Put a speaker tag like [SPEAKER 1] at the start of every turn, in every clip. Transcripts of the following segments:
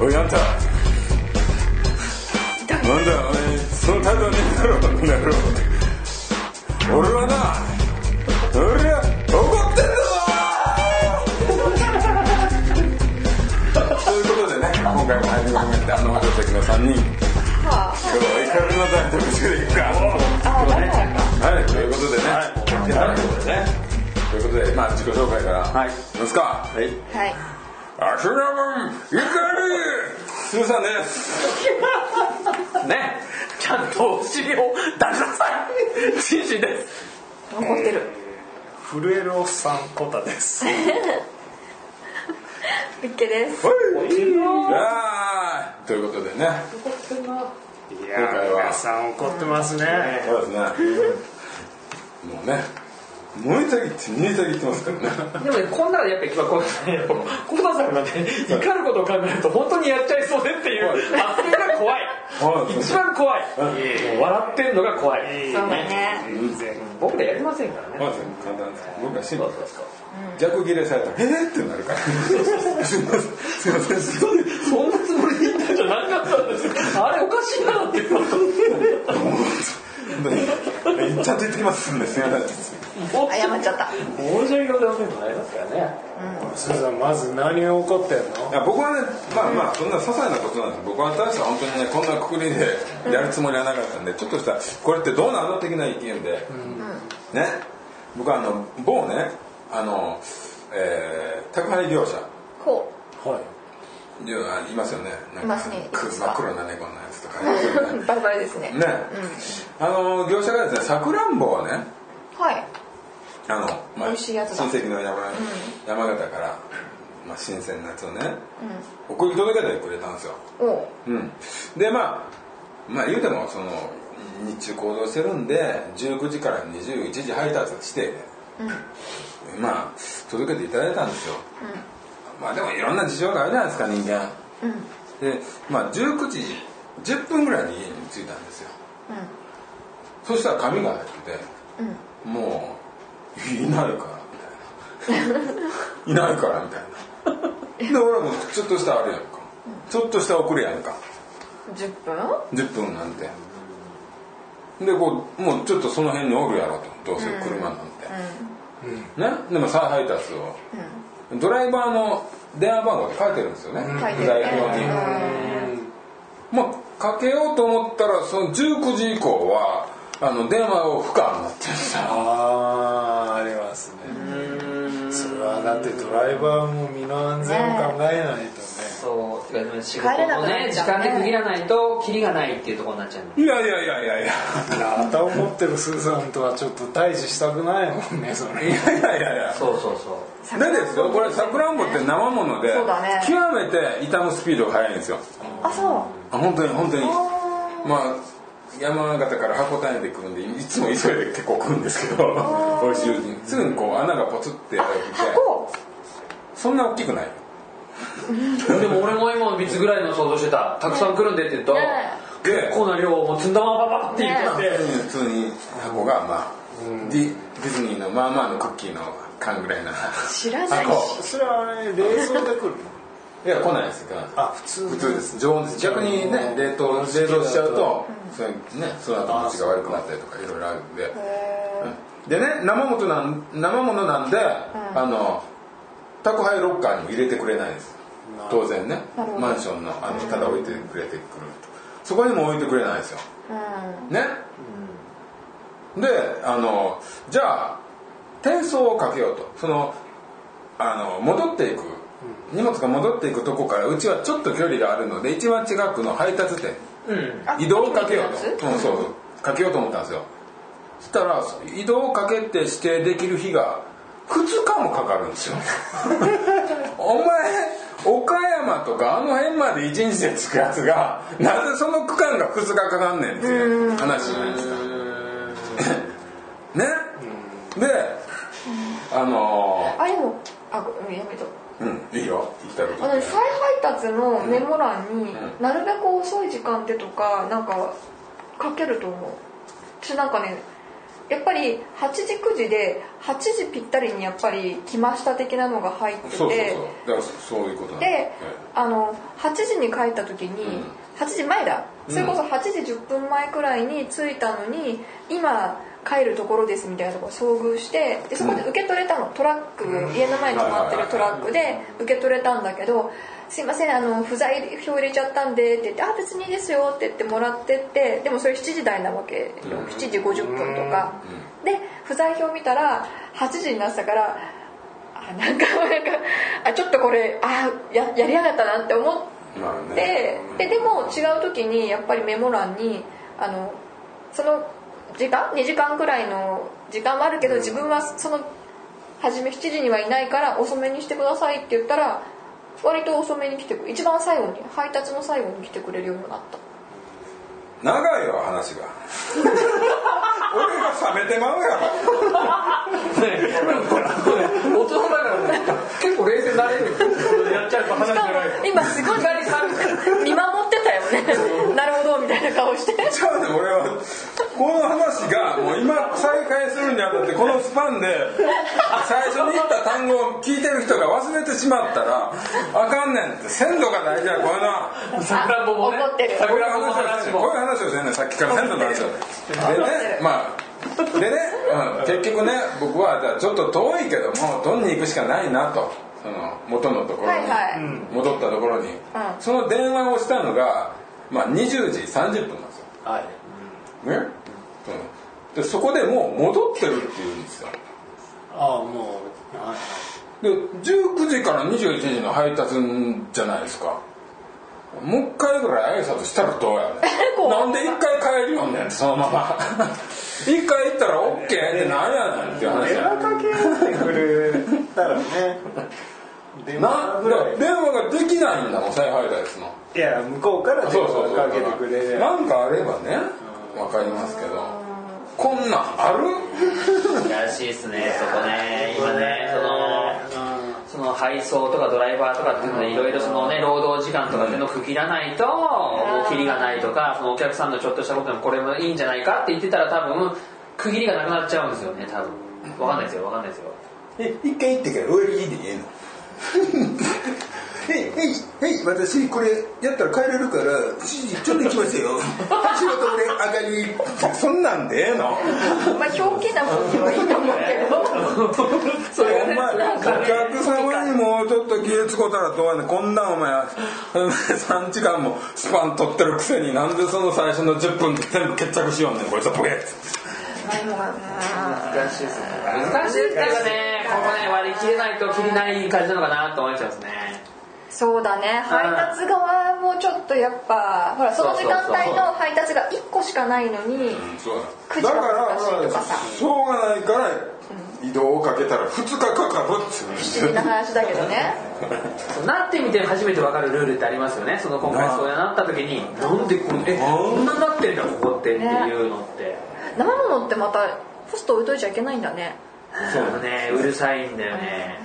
[SPEAKER 1] おいあんたなんだお前その態度はねえだろこの野郎俺はな俺は怒ってんだぞということでね今回も始まりましてあの女席の3人今日は怒りの態度を見せていくかはいということでねはいということでねということでまあ自己紹介からはいますかはい
[SPEAKER 2] はい。
[SPEAKER 1] アシュラマン怒りスーさんです
[SPEAKER 3] ねちゃんとお尻を出しなさいシンシンです
[SPEAKER 2] 怒ってる。
[SPEAKER 4] 震えるおっさんコタです。
[SPEAKER 2] ミッケです。
[SPEAKER 1] あーということでね
[SPEAKER 4] いやー、皆さん怒ってますね。
[SPEAKER 1] そうですねもうね燃えたぎって煮えたぎってますからね
[SPEAKER 3] でもねこんなのやっぱ一番こう小田さんがね怒ることを考えると本当にやっちゃいそうでっていう発言が怖い
[SPEAKER 1] はい
[SPEAKER 3] 一番怖いもう笑ってんのが怖い
[SPEAKER 2] そうだね。
[SPEAKER 4] 全然。
[SPEAKER 3] 僕らやりませんからね
[SPEAKER 1] まず簡単です僕はシン
[SPEAKER 3] そう
[SPEAKER 1] プル
[SPEAKER 3] ですか
[SPEAKER 1] 逆切れされたら「えっ?」ってな るからすいませんすいません
[SPEAKER 3] そ
[SPEAKER 1] すいません
[SPEAKER 3] んなつもりで言ったんじゃなかったんですけどあれおかしいなって
[SPEAKER 1] 本当にちゃんと言ってきますんですいません
[SPEAKER 2] 謝っちゃった。
[SPEAKER 3] 申し訳ございませんとなりますからね
[SPEAKER 4] スーさん、まず何を怒ってん
[SPEAKER 1] い
[SPEAKER 4] の
[SPEAKER 1] や僕はねまあまあそんな些細なことなんです僕は大した本当にねこんなくくりでやるつもりはなかったんでちょっとしたこれってどうなの的な意見で、ね僕はあの某ねあの、えー宅配業者
[SPEAKER 2] こ
[SPEAKER 4] はい。
[SPEAKER 1] いうのいますよねなん
[SPEAKER 2] い
[SPEAKER 1] か
[SPEAKER 2] ますね
[SPEAKER 1] く
[SPEAKER 2] います
[SPEAKER 1] 真っ黒な猫のやつとかね
[SPEAKER 2] う。 バラバラですね。
[SPEAKER 1] ねあの業者がですねさくらんぼをね
[SPEAKER 2] はい。
[SPEAKER 1] あの、まあ、
[SPEAKER 2] 美
[SPEAKER 1] 親
[SPEAKER 2] 味しいやつだ
[SPEAKER 1] 戚の山,、山形から、まあ、新鮮なやつをね、送り届けてくれたんですよ
[SPEAKER 2] おう。
[SPEAKER 1] うん、でまあまあ言うてもその日中行動してるんで19時から21時配達して、まあ届けていただいたんですよ、まあでもいろんな事情があるじゃないですか人間、でまあ19時10分ぐらいに家に着いたんですよ、そしたら紙が入ってて、もういないからみたいない ないからみたいなで俺はもうちょっとしたあれやんかちょっとした遅れやんか
[SPEAKER 2] 十分？
[SPEAKER 1] 10分なんてでこうもうちょっとその辺におるやろとどうせ車なんて、ねでも再配達を、ドライバーの電話番号って書いてるんですよね
[SPEAKER 2] 書いて
[SPEAKER 1] 不
[SPEAKER 2] る
[SPEAKER 1] 在
[SPEAKER 2] ね
[SPEAKER 1] 表に、まあかけようと思ったらその19時以降はあの電話を不可になってるんですよ
[SPEAKER 4] あー、ありますね。それはだってドライバーも身の安全を考えないとね。
[SPEAKER 3] そうてか仕事
[SPEAKER 2] 帰れな
[SPEAKER 3] も
[SPEAKER 2] くな
[SPEAKER 3] ね
[SPEAKER 2] っち
[SPEAKER 3] 時
[SPEAKER 2] ゃう
[SPEAKER 3] 間で
[SPEAKER 2] ね
[SPEAKER 3] 区切らないとキリがないっていうところになっちゃうの
[SPEAKER 1] いやいやいやいやいや
[SPEAKER 4] あたを持ってるスーさんとはちょっと対峙したくないもんね、それ。
[SPEAKER 1] いやいやいや
[SPEAKER 3] そうそうそう
[SPEAKER 1] でですよこれさくらんぼって生もので、
[SPEAKER 2] そうだね
[SPEAKER 1] 極めて傷むスピードが速いんですよ
[SPEAKER 2] あそう。
[SPEAKER 1] あ本当に本当に
[SPEAKER 2] あ
[SPEAKER 1] まあ山形から箱谷で来るんでいつも急いで結構来るんですけど美味しいうちにすぐにこう穴がポツって開いて
[SPEAKER 2] こ
[SPEAKER 1] そんな大きくない
[SPEAKER 3] でも俺も今の3つぐらいの想像してたたくさん来るんでって言うと、
[SPEAKER 2] ね
[SPEAKER 1] で
[SPEAKER 3] 結構な量をもう積んだままパパって言ってて、
[SPEAKER 1] 普通に箱がまあディディズニーのまあまあのクッキーの缶ぐらいな
[SPEAKER 2] 知らないし
[SPEAKER 1] 箱
[SPEAKER 4] それはあれ、冷蔵で来るの
[SPEAKER 1] いや来ないですから
[SPEAKER 4] あ、普通
[SPEAKER 1] 普通です常温です逆にね冷凍冷蔵しちゃうと、それねその後味が悪くなったりとかいろいろあるんで、うんでね生もとなん生ものなんで、あの宅配ロッカーにも入れてくれないんです当然ねマンションのあのただ置いてくれてくるとそこにも置いてくれないんですよ、ね、であのじゃあ転送をかけようとそのあの戻っていく荷物が戻っていくとこからうちはちょっと距離があるので一番近くの配達店
[SPEAKER 3] うん
[SPEAKER 2] あ
[SPEAKER 1] 移動をかけよう
[SPEAKER 2] 行く
[SPEAKER 1] と、
[SPEAKER 2] や
[SPEAKER 1] うん、そうそうかけようと思ったんですよそしたら移動をかけて指定できる日が2日もかかるん ですよお前岡山とかあの辺まで1日で着くやつがなぜその区間が2日かかんねんっていう話じゃないですかねであの
[SPEAKER 2] つあでもあごめんやめと。
[SPEAKER 1] ーうんいいよ行きたいこと
[SPEAKER 2] あの再配達のメモ欄になるべく遅い時間ってとかなんか書けると思う。私なんかねやっぱり8時9時で8時ぴったりにやっぱり来ました的なのが入ってて
[SPEAKER 1] そうそうそうだからそういうことなん
[SPEAKER 2] で
[SPEAKER 1] ええ、
[SPEAKER 2] あの8時に帰った時に、
[SPEAKER 1] うん
[SPEAKER 2] 8時前だそれこそ8時10分前くらいに着いたのに今帰るところですみたいなところ遭遇してでそこで受け取れたのトラック家の前に止まってるトラックで受け取れたんだけど「すいませんあの不在票入れちゃったんで」って言って「あ別にいいですよ」って言ってもらってってでもそれ7時台なわけよ7時50分とかで不在票見たら8時になってたからあなんかなんかあちょっとこれあややりやがったなって思って。
[SPEAKER 1] まあね
[SPEAKER 2] でででも違う時にやっぱりメモ欄にあのその時間2時間くらいの時間はあるけど自分はその初め7時にはいないから遅めにしてくださいって言ったら割と遅めに来てく一番最後に配達の最後に来てくれるようになった
[SPEAKER 1] 長いよ話が 俺が冷めてまうやろ
[SPEAKER 3] 大人だからね結構冷静になれるやっちゃえば話
[SPEAKER 2] し
[SPEAKER 3] じゃ
[SPEAKER 2] かも
[SPEAKER 3] ない
[SPEAKER 2] 今すごいガリさん見守ってたよねなるほどみたいな顔して
[SPEAKER 1] じゃあね俺はこの話がもう今再開するにあたってこのスパンで最初に言った単語を聞いてる人が忘れてしまったらあかんねんって鮮度が大事やこういうのは
[SPEAKER 3] さくらんぼもね
[SPEAKER 2] 怒ってる
[SPEAKER 3] さく
[SPEAKER 1] こういう
[SPEAKER 3] らんぼの
[SPEAKER 1] 話を
[SPEAKER 3] 話
[SPEAKER 1] してこ
[SPEAKER 3] も
[SPEAKER 1] ういう話をしてんねんさっきから鮮度の話をでねまあでね、うん、結局ね僕はじゃあちょっと遠いけども取りに行くしかないなとその元のところ
[SPEAKER 2] はい
[SPEAKER 1] に
[SPEAKER 2] はい、
[SPEAKER 1] 戻ったところに、その電話をしたのが、まあ、20時30分なんですよ
[SPEAKER 4] はい
[SPEAKER 1] ね、うん、でそこでもう戻ってるっていうんですよ
[SPEAKER 4] ああもうはい
[SPEAKER 1] で19時から21時の配達じゃないですかもう一回ぐらい挨拶したらどうやねんなんで一回帰るよねんそのまま一回行ったら OK ってなんやねんっていう話
[SPEAKER 4] 電
[SPEAKER 1] や
[SPEAKER 4] 話かけてくれたらね電
[SPEAKER 1] な
[SPEAKER 4] 話
[SPEAKER 1] ん
[SPEAKER 4] ぐらい
[SPEAKER 1] 電話ができないんだもん再配達の
[SPEAKER 4] いや向こうから電
[SPEAKER 1] そうそうそ
[SPEAKER 4] 話
[SPEAKER 1] う
[SPEAKER 4] かけてくれれば
[SPEAKER 1] なんかあればねわかりますけどこんなんある
[SPEAKER 5] 難しいですねそこね今ねその
[SPEAKER 4] うん
[SPEAKER 5] その配送とかドライバーとかっていうのでいろいろそのね労働時間とかでの区切らないともうキリがないとかそのお客さんのちょっとしたことでもこれもいいんじゃないかって言ってたら多分区切りがなくなっちゃうんですよね多分わかんないですよわかんないですよ
[SPEAKER 1] え一回行ってから俺家で ええのええいえい私これやったら帰れるからちょっと行きますよ仕事俺上が りそんなんでええの
[SPEAKER 2] まあひょうきんなもんにはいいと思うけど
[SPEAKER 1] それお前お客様にもうちょっと気をつこたらどうやねんこんなお前3時間もスパン取ってるくせになんでその最初の10分で全部決着しようねんこいつはボケッ
[SPEAKER 2] ないもんがな
[SPEAKER 5] 難しいですね難しいですねここね割り切れないと切りない感じなのかなと思っちゃいますね
[SPEAKER 2] そうだね配達側もちょっとやっぱほらその時間帯の配達が1個しかないの に
[SPEAKER 1] そう
[SPEAKER 2] く
[SPEAKER 1] だ
[SPEAKER 2] じ
[SPEAKER 1] だか
[SPEAKER 2] が
[SPEAKER 1] ら
[SPEAKER 2] 難しいとかさ
[SPEAKER 1] しょうがないから移動をかけたら2日かかるっつ
[SPEAKER 2] 不
[SPEAKER 1] う
[SPEAKER 2] 思議な話だけどね
[SPEAKER 5] そうなってみて初めて分かるルールってありますよねその今回そうなった時になんでこんえこんなになってんだここってっていうのって
[SPEAKER 2] 生ものってまたポスト置いといちゃいけないんだね
[SPEAKER 5] そうねうるさいんだよね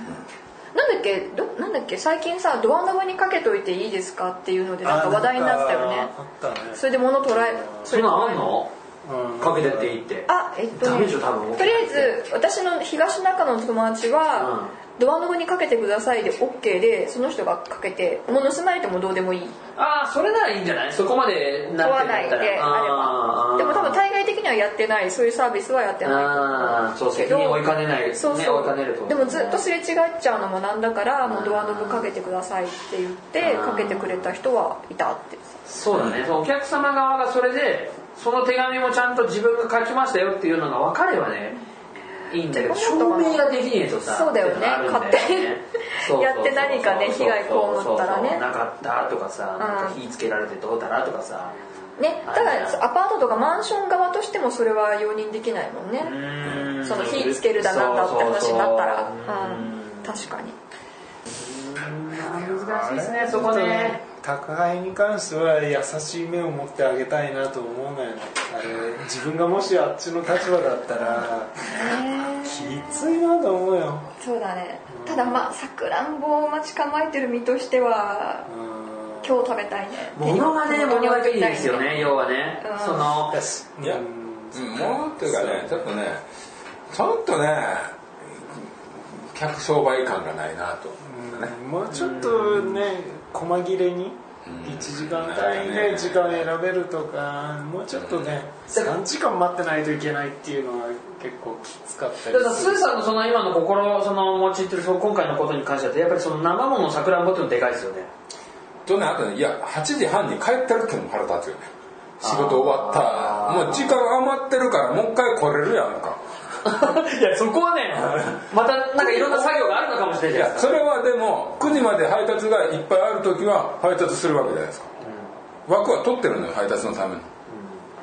[SPEAKER 2] なんだっけどなんだっけ最近さドアノブにかけといていいですかっていうのでなんか話題になってたよね
[SPEAKER 4] あったね
[SPEAKER 2] それで物捉え
[SPEAKER 5] そんなんあんの
[SPEAKER 4] うん
[SPEAKER 5] かけてっていいって
[SPEAKER 2] あえっと
[SPEAKER 5] ダメ
[SPEAKER 2] ね
[SPEAKER 5] でしょ多分
[SPEAKER 2] とりあえず私の東中野の友達は、ドアノブにかけてくださいで OK でその人がかけて物盗まれてもどうでもいい
[SPEAKER 5] ああそれならいいんじゃないそこまでな
[SPEAKER 2] 問
[SPEAKER 5] っ
[SPEAKER 2] わ
[SPEAKER 5] てんだ
[SPEAKER 2] ない
[SPEAKER 5] っ
[SPEAKER 2] で
[SPEAKER 5] た
[SPEAKER 2] あ
[SPEAKER 5] ら
[SPEAKER 2] ればでも多分対外的にはやってないそういうサービスはやってない
[SPEAKER 5] あーそう責任追いかねない
[SPEAKER 2] そう
[SPEAKER 5] ね
[SPEAKER 2] そ
[SPEAKER 5] 追いかねると
[SPEAKER 2] うでもずっとすれ違っちゃうのもなんだからもうドアノブかけてくださいって言って
[SPEAKER 5] うん
[SPEAKER 2] かけてくれた人はいたって
[SPEAKER 5] そうだね、そのお客様側がそれでその手紙もちゃんと自分が書きましたよっていうのが分かればねいいんだけど
[SPEAKER 2] 手紙だった
[SPEAKER 5] 証
[SPEAKER 2] かな
[SPEAKER 5] 明ができねえとさ
[SPEAKER 2] そうだよね
[SPEAKER 5] っていうのがあるんだよね
[SPEAKER 2] 勝手に
[SPEAKER 5] そうそうそうそう
[SPEAKER 2] やって何かね被害被ったらね
[SPEAKER 5] そうそうそうなかったとかさなんか火つけられてどうだらとかさ
[SPEAKER 2] ねただアパートとかマンション側としてもそれは容認できないもんね
[SPEAKER 5] うん
[SPEAKER 2] その火つけるだなんだって話になったら
[SPEAKER 5] そうそうそう
[SPEAKER 2] うん確かに
[SPEAKER 5] うん難しいですねそこね
[SPEAKER 4] 宅配に関しては優しい目を持ってあげたいなと思うのよねあれ自分がもしあっちの立場だったらきついなと思うよ
[SPEAKER 2] そうだねただまあさくらんぼを待ち構えてる身としては
[SPEAKER 4] うん
[SPEAKER 2] 今日食べたいね
[SPEAKER 5] 物がね物がいいですよね要はね
[SPEAKER 2] うん
[SPEAKER 5] その
[SPEAKER 4] だし
[SPEAKER 1] いや
[SPEAKER 4] うん
[SPEAKER 1] うんもうっていうかねちょっとねちょっとね客商売感がないなと
[SPEAKER 4] うんもうちょっとね細切れに1時間単位で時間選べるとかもうちょっとね3時間待ってないといけないっていうのは結構きつかったり
[SPEAKER 5] だからスーさんのその今の心その持ちってるその今回のことに関してはやっぱりその生もの桜んぼっていうのでかいですよね
[SPEAKER 1] とねあとねいや8時半に帰ってるってのも腹立つよね仕事終わったもう時間余ってるからもう一回来れるやんか
[SPEAKER 5] いやそこはねまたなんかいろんな作業があるのかもしれない
[SPEAKER 1] い
[SPEAKER 5] じゃない
[SPEAKER 1] や
[SPEAKER 5] です
[SPEAKER 1] それはでも9時まで配達がいっぱいある時は配達するわけじゃないですか、枠は取ってるのよ配達のために、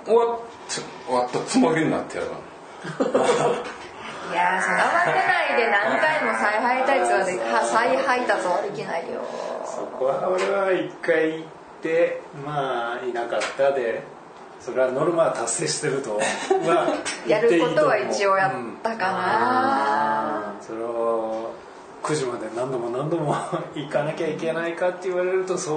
[SPEAKER 1] 終わっち終わったつもりになってやるの
[SPEAKER 2] いやーその慌てないで何回も再配達はできは再配達はできないよ
[SPEAKER 4] そこは俺は一回行ってまあいなかったでそれはノルマは達成してると は
[SPEAKER 2] やることは
[SPEAKER 4] 言っていい
[SPEAKER 2] 一
[SPEAKER 4] 思う
[SPEAKER 2] 応やったかな、
[SPEAKER 4] うんそれを9時まで何度も何度も行かなきゃいけないかって言われるとそ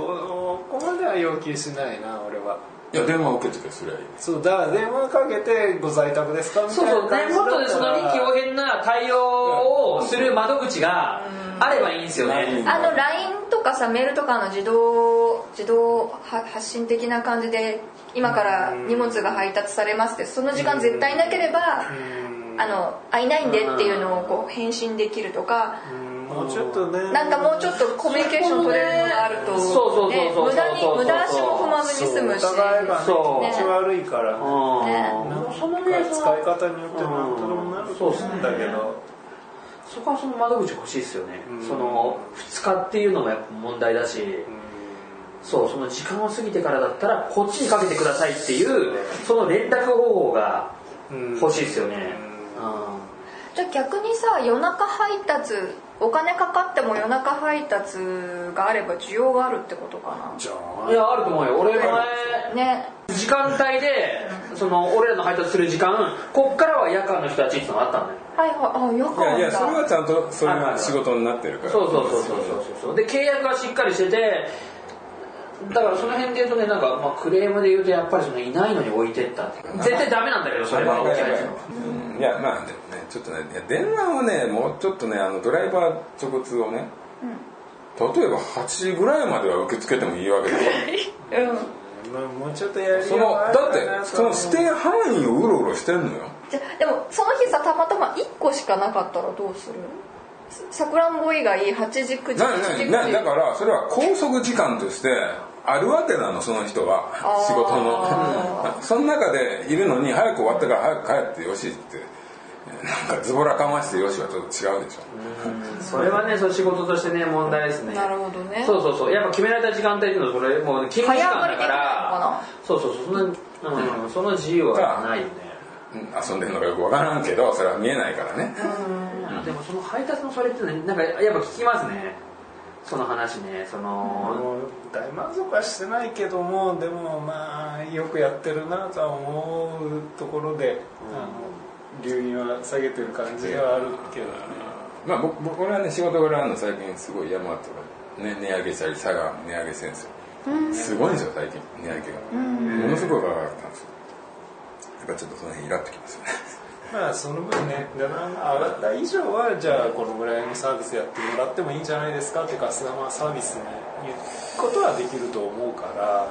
[SPEAKER 4] こまでは要求しないな俺はい
[SPEAKER 1] や電話受付すりゃいい
[SPEAKER 4] そうだから電話かけてご在宅ですかみた
[SPEAKER 5] そ
[SPEAKER 4] いうな
[SPEAKER 5] そう
[SPEAKER 4] 感
[SPEAKER 5] ね
[SPEAKER 4] じ
[SPEAKER 5] もっと
[SPEAKER 4] だっ
[SPEAKER 5] ね
[SPEAKER 4] た
[SPEAKER 5] その
[SPEAKER 4] ら
[SPEAKER 5] 臨機応変な対応をする窓口があればいいんですよね
[SPEAKER 2] あの LINE とかさメールとかの自動自動は発信的な感じで今から荷物が配達されますってその時間絶対なければあの「あいないんで」っていうのをこう返信できるとか
[SPEAKER 4] うんもうちょっとね
[SPEAKER 2] なんかもうちょっとコミュニケーション取れるのがあると
[SPEAKER 5] そうそうそう
[SPEAKER 2] ね
[SPEAKER 5] そう
[SPEAKER 2] 無駄に
[SPEAKER 5] そうそうそう
[SPEAKER 2] 無駄足も踏まずに済むし
[SPEAKER 4] そうお互いがね
[SPEAKER 5] そう
[SPEAKER 4] 気持ち悪いからね
[SPEAKER 5] うん
[SPEAKER 2] ね
[SPEAKER 4] なんか
[SPEAKER 5] そ
[SPEAKER 4] 使
[SPEAKER 5] の
[SPEAKER 4] い
[SPEAKER 5] ねその
[SPEAKER 4] 方によってなんとでもなると思うんだけど
[SPEAKER 5] そこはその窓口欲しいですよね、
[SPEAKER 4] うん
[SPEAKER 5] その2日っていうのもやっぱ問題だし、そうその時間を過ぎてからだったらこっちにかけてくださいっていうその連絡方法が
[SPEAKER 4] うん
[SPEAKER 5] 欲しいですよね、
[SPEAKER 4] う
[SPEAKER 2] じゃあ逆にさ夜中配達お金かかっても夜中配達があれば需要があるってことかな
[SPEAKER 4] じゃ
[SPEAKER 5] うんいやあると思うよ俺前
[SPEAKER 2] ね
[SPEAKER 5] 時間帯でその俺らの配達する時間こっからは夜間の人たちっていうのがあったんだよ
[SPEAKER 2] はいはいあよく
[SPEAKER 1] い
[SPEAKER 2] あ
[SPEAKER 1] やい
[SPEAKER 2] る
[SPEAKER 1] や
[SPEAKER 2] ん
[SPEAKER 1] それは
[SPEAKER 2] だ
[SPEAKER 1] ちゃんとそれが仕事になってるから
[SPEAKER 5] そうそうそうそうそうそうで契約がしっかりしててだからその辺で言うとねなんか、まあ、クレームで言うとやっぱりそのいないのに置いてったって絶対ダメなんだけどそれは置き配っていうのは
[SPEAKER 1] うんいやまあでもねちょっとねいや電話をねもうちょっとねあのドライバー直通をね、例えば8時ぐらいまでは受け付けてもいいわけですよ
[SPEAKER 2] うん
[SPEAKER 4] まあもうちょっとやり
[SPEAKER 1] そのだってそのステイ範囲をうろうろしてんのよ
[SPEAKER 2] じゃあでもその日さたまたま1個しかなかったらどうするさくらんぼ以外8時9時
[SPEAKER 1] な
[SPEAKER 2] 7時
[SPEAKER 1] ななだ
[SPEAKER 2] 9時
[SPEAKER 1] からそれは拘束時間としてあるわけなのその人は
[SPEAKER 2] ー
[SPEAKER 1] 仕事のその中でいるのに早く終わったから早く帰ってよしってなんかズボラかましてよしはちょっと違うでしょ
[SPEAKER 5] それはねその仕事としてね問題ですね
[SPEAKER 2] なるほどね
[SPEAKER 5] そうそうそうやっぱ決められた時間帯っていうのはそれもう勤務時間だか
[SPEAKER 2] 早
[SPEAKER 5] らそうそうそうその,、うん、その自由はないよね
[SPEAKER 1] うん遊んでるのかよくわからんけどそれは見えないからね
[SPEAKER 5] でもその配達のそれってねなんかやっぱ聞きますねその話ねその、
[SPEAKER 4] もう大満足はしてないけどもでもまあよくやってるなとは思うところで、あの留飲は下げてる感じではあるけどね
[SPEAKER 1] まあ僕僕俺はね仕事柄あるの最近すごい山とか、ね、値上げしたり佐賀も値上げしてるんですよすごいんですよ最近値上げがものすごい上がったんですよやっぱちょっとその辺イラっときますよね
[SPEAKER 4] まあその分ね値段が上がった以上はじゃあこのぐらいのサービスやってもらってもいいんじゃないですかってカスタマーサービスに言うことはできると思うから、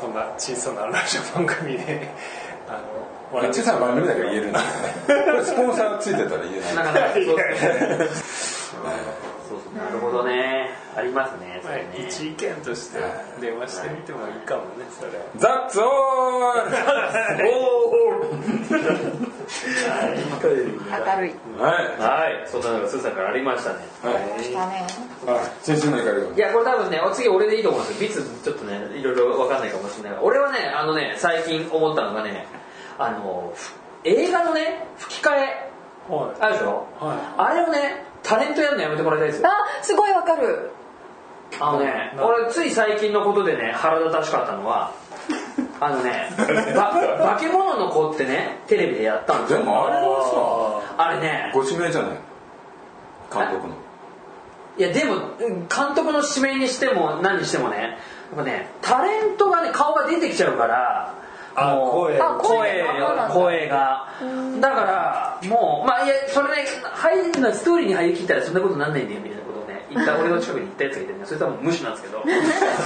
[SPEAKER 4] こんな小さなラジオ番組であの
[SPEAKER 1] めっちゃさ番組だから言えるんだけ どねこれスポンサーついてたら言え
[SPEAKER 5] な
[SPEAKER 1] ない
[SPEAKER 5] かなかそうそうそうなるほどねありますねそ
[SPEAKER 4] まあ
[SPEAKER 5] れね
[SPEAKER 4] 一意見として電話してみてもいいかもねそれ
[SPEAKER 1] 「ザッツオール!
[SPEAKER 2] 明るい」
[SPEAKER 1] はい
[SPEAKER 5] はいそんなのがスーさんからありましたね
[SPEAKER 1] はい
[SPEAKER 2] 来たね
[SPEAKER 1] はい先週の怒りを
[SPEAKER 5] いやこれ多分ねお次俺でいいと思うんですよビツちょっとねいろいろ分かんないかもしれないから俺はねあのね最近思ったのがねあの映画のね吹き替え
[SPEAKER 4] はい
[SPEAKER 5] あるでしょ、
[SPEAKER 4] は
[SPEAKER 5] あれをねタレントやるのやめてもらいたいですよ
[SPEAKER 2] あすごいわかる
[SPEAKER 5] あのね
[SPEAKER 4] な
[SPEAKER 5] 俺つい最近のことでね腹立たしかったのはあのねば化け物の子ってねテレビでやったんです
[SPEAKER 1] で
[SPEAKER 5] よ
[SPEAKER 1] もあれは
[SPEAKER 5] あれね
[SPEAKER 1] さご指名じゃない監督の
[SPEAKER 5] いやでもうん監督の指名にしても何にしてもねやっぱねタレントがね顔が出てきちゃうから
[SPEAKER 3] あ
[SPEAKER 5] もう
[SPEAKER 3] 声
[SPEAKER 2] あ
[SPEAKER 5] 声
[SPEAKER 2] 声がそうなんだ
[SPEAKER 5] 声がだからもうまあいやそれね入るのストーリーに入りきったらそんなことなんないんだよみたいなことをね一旦俺の近くに行ったやつがいてねそれとはもう無視なんですけどもう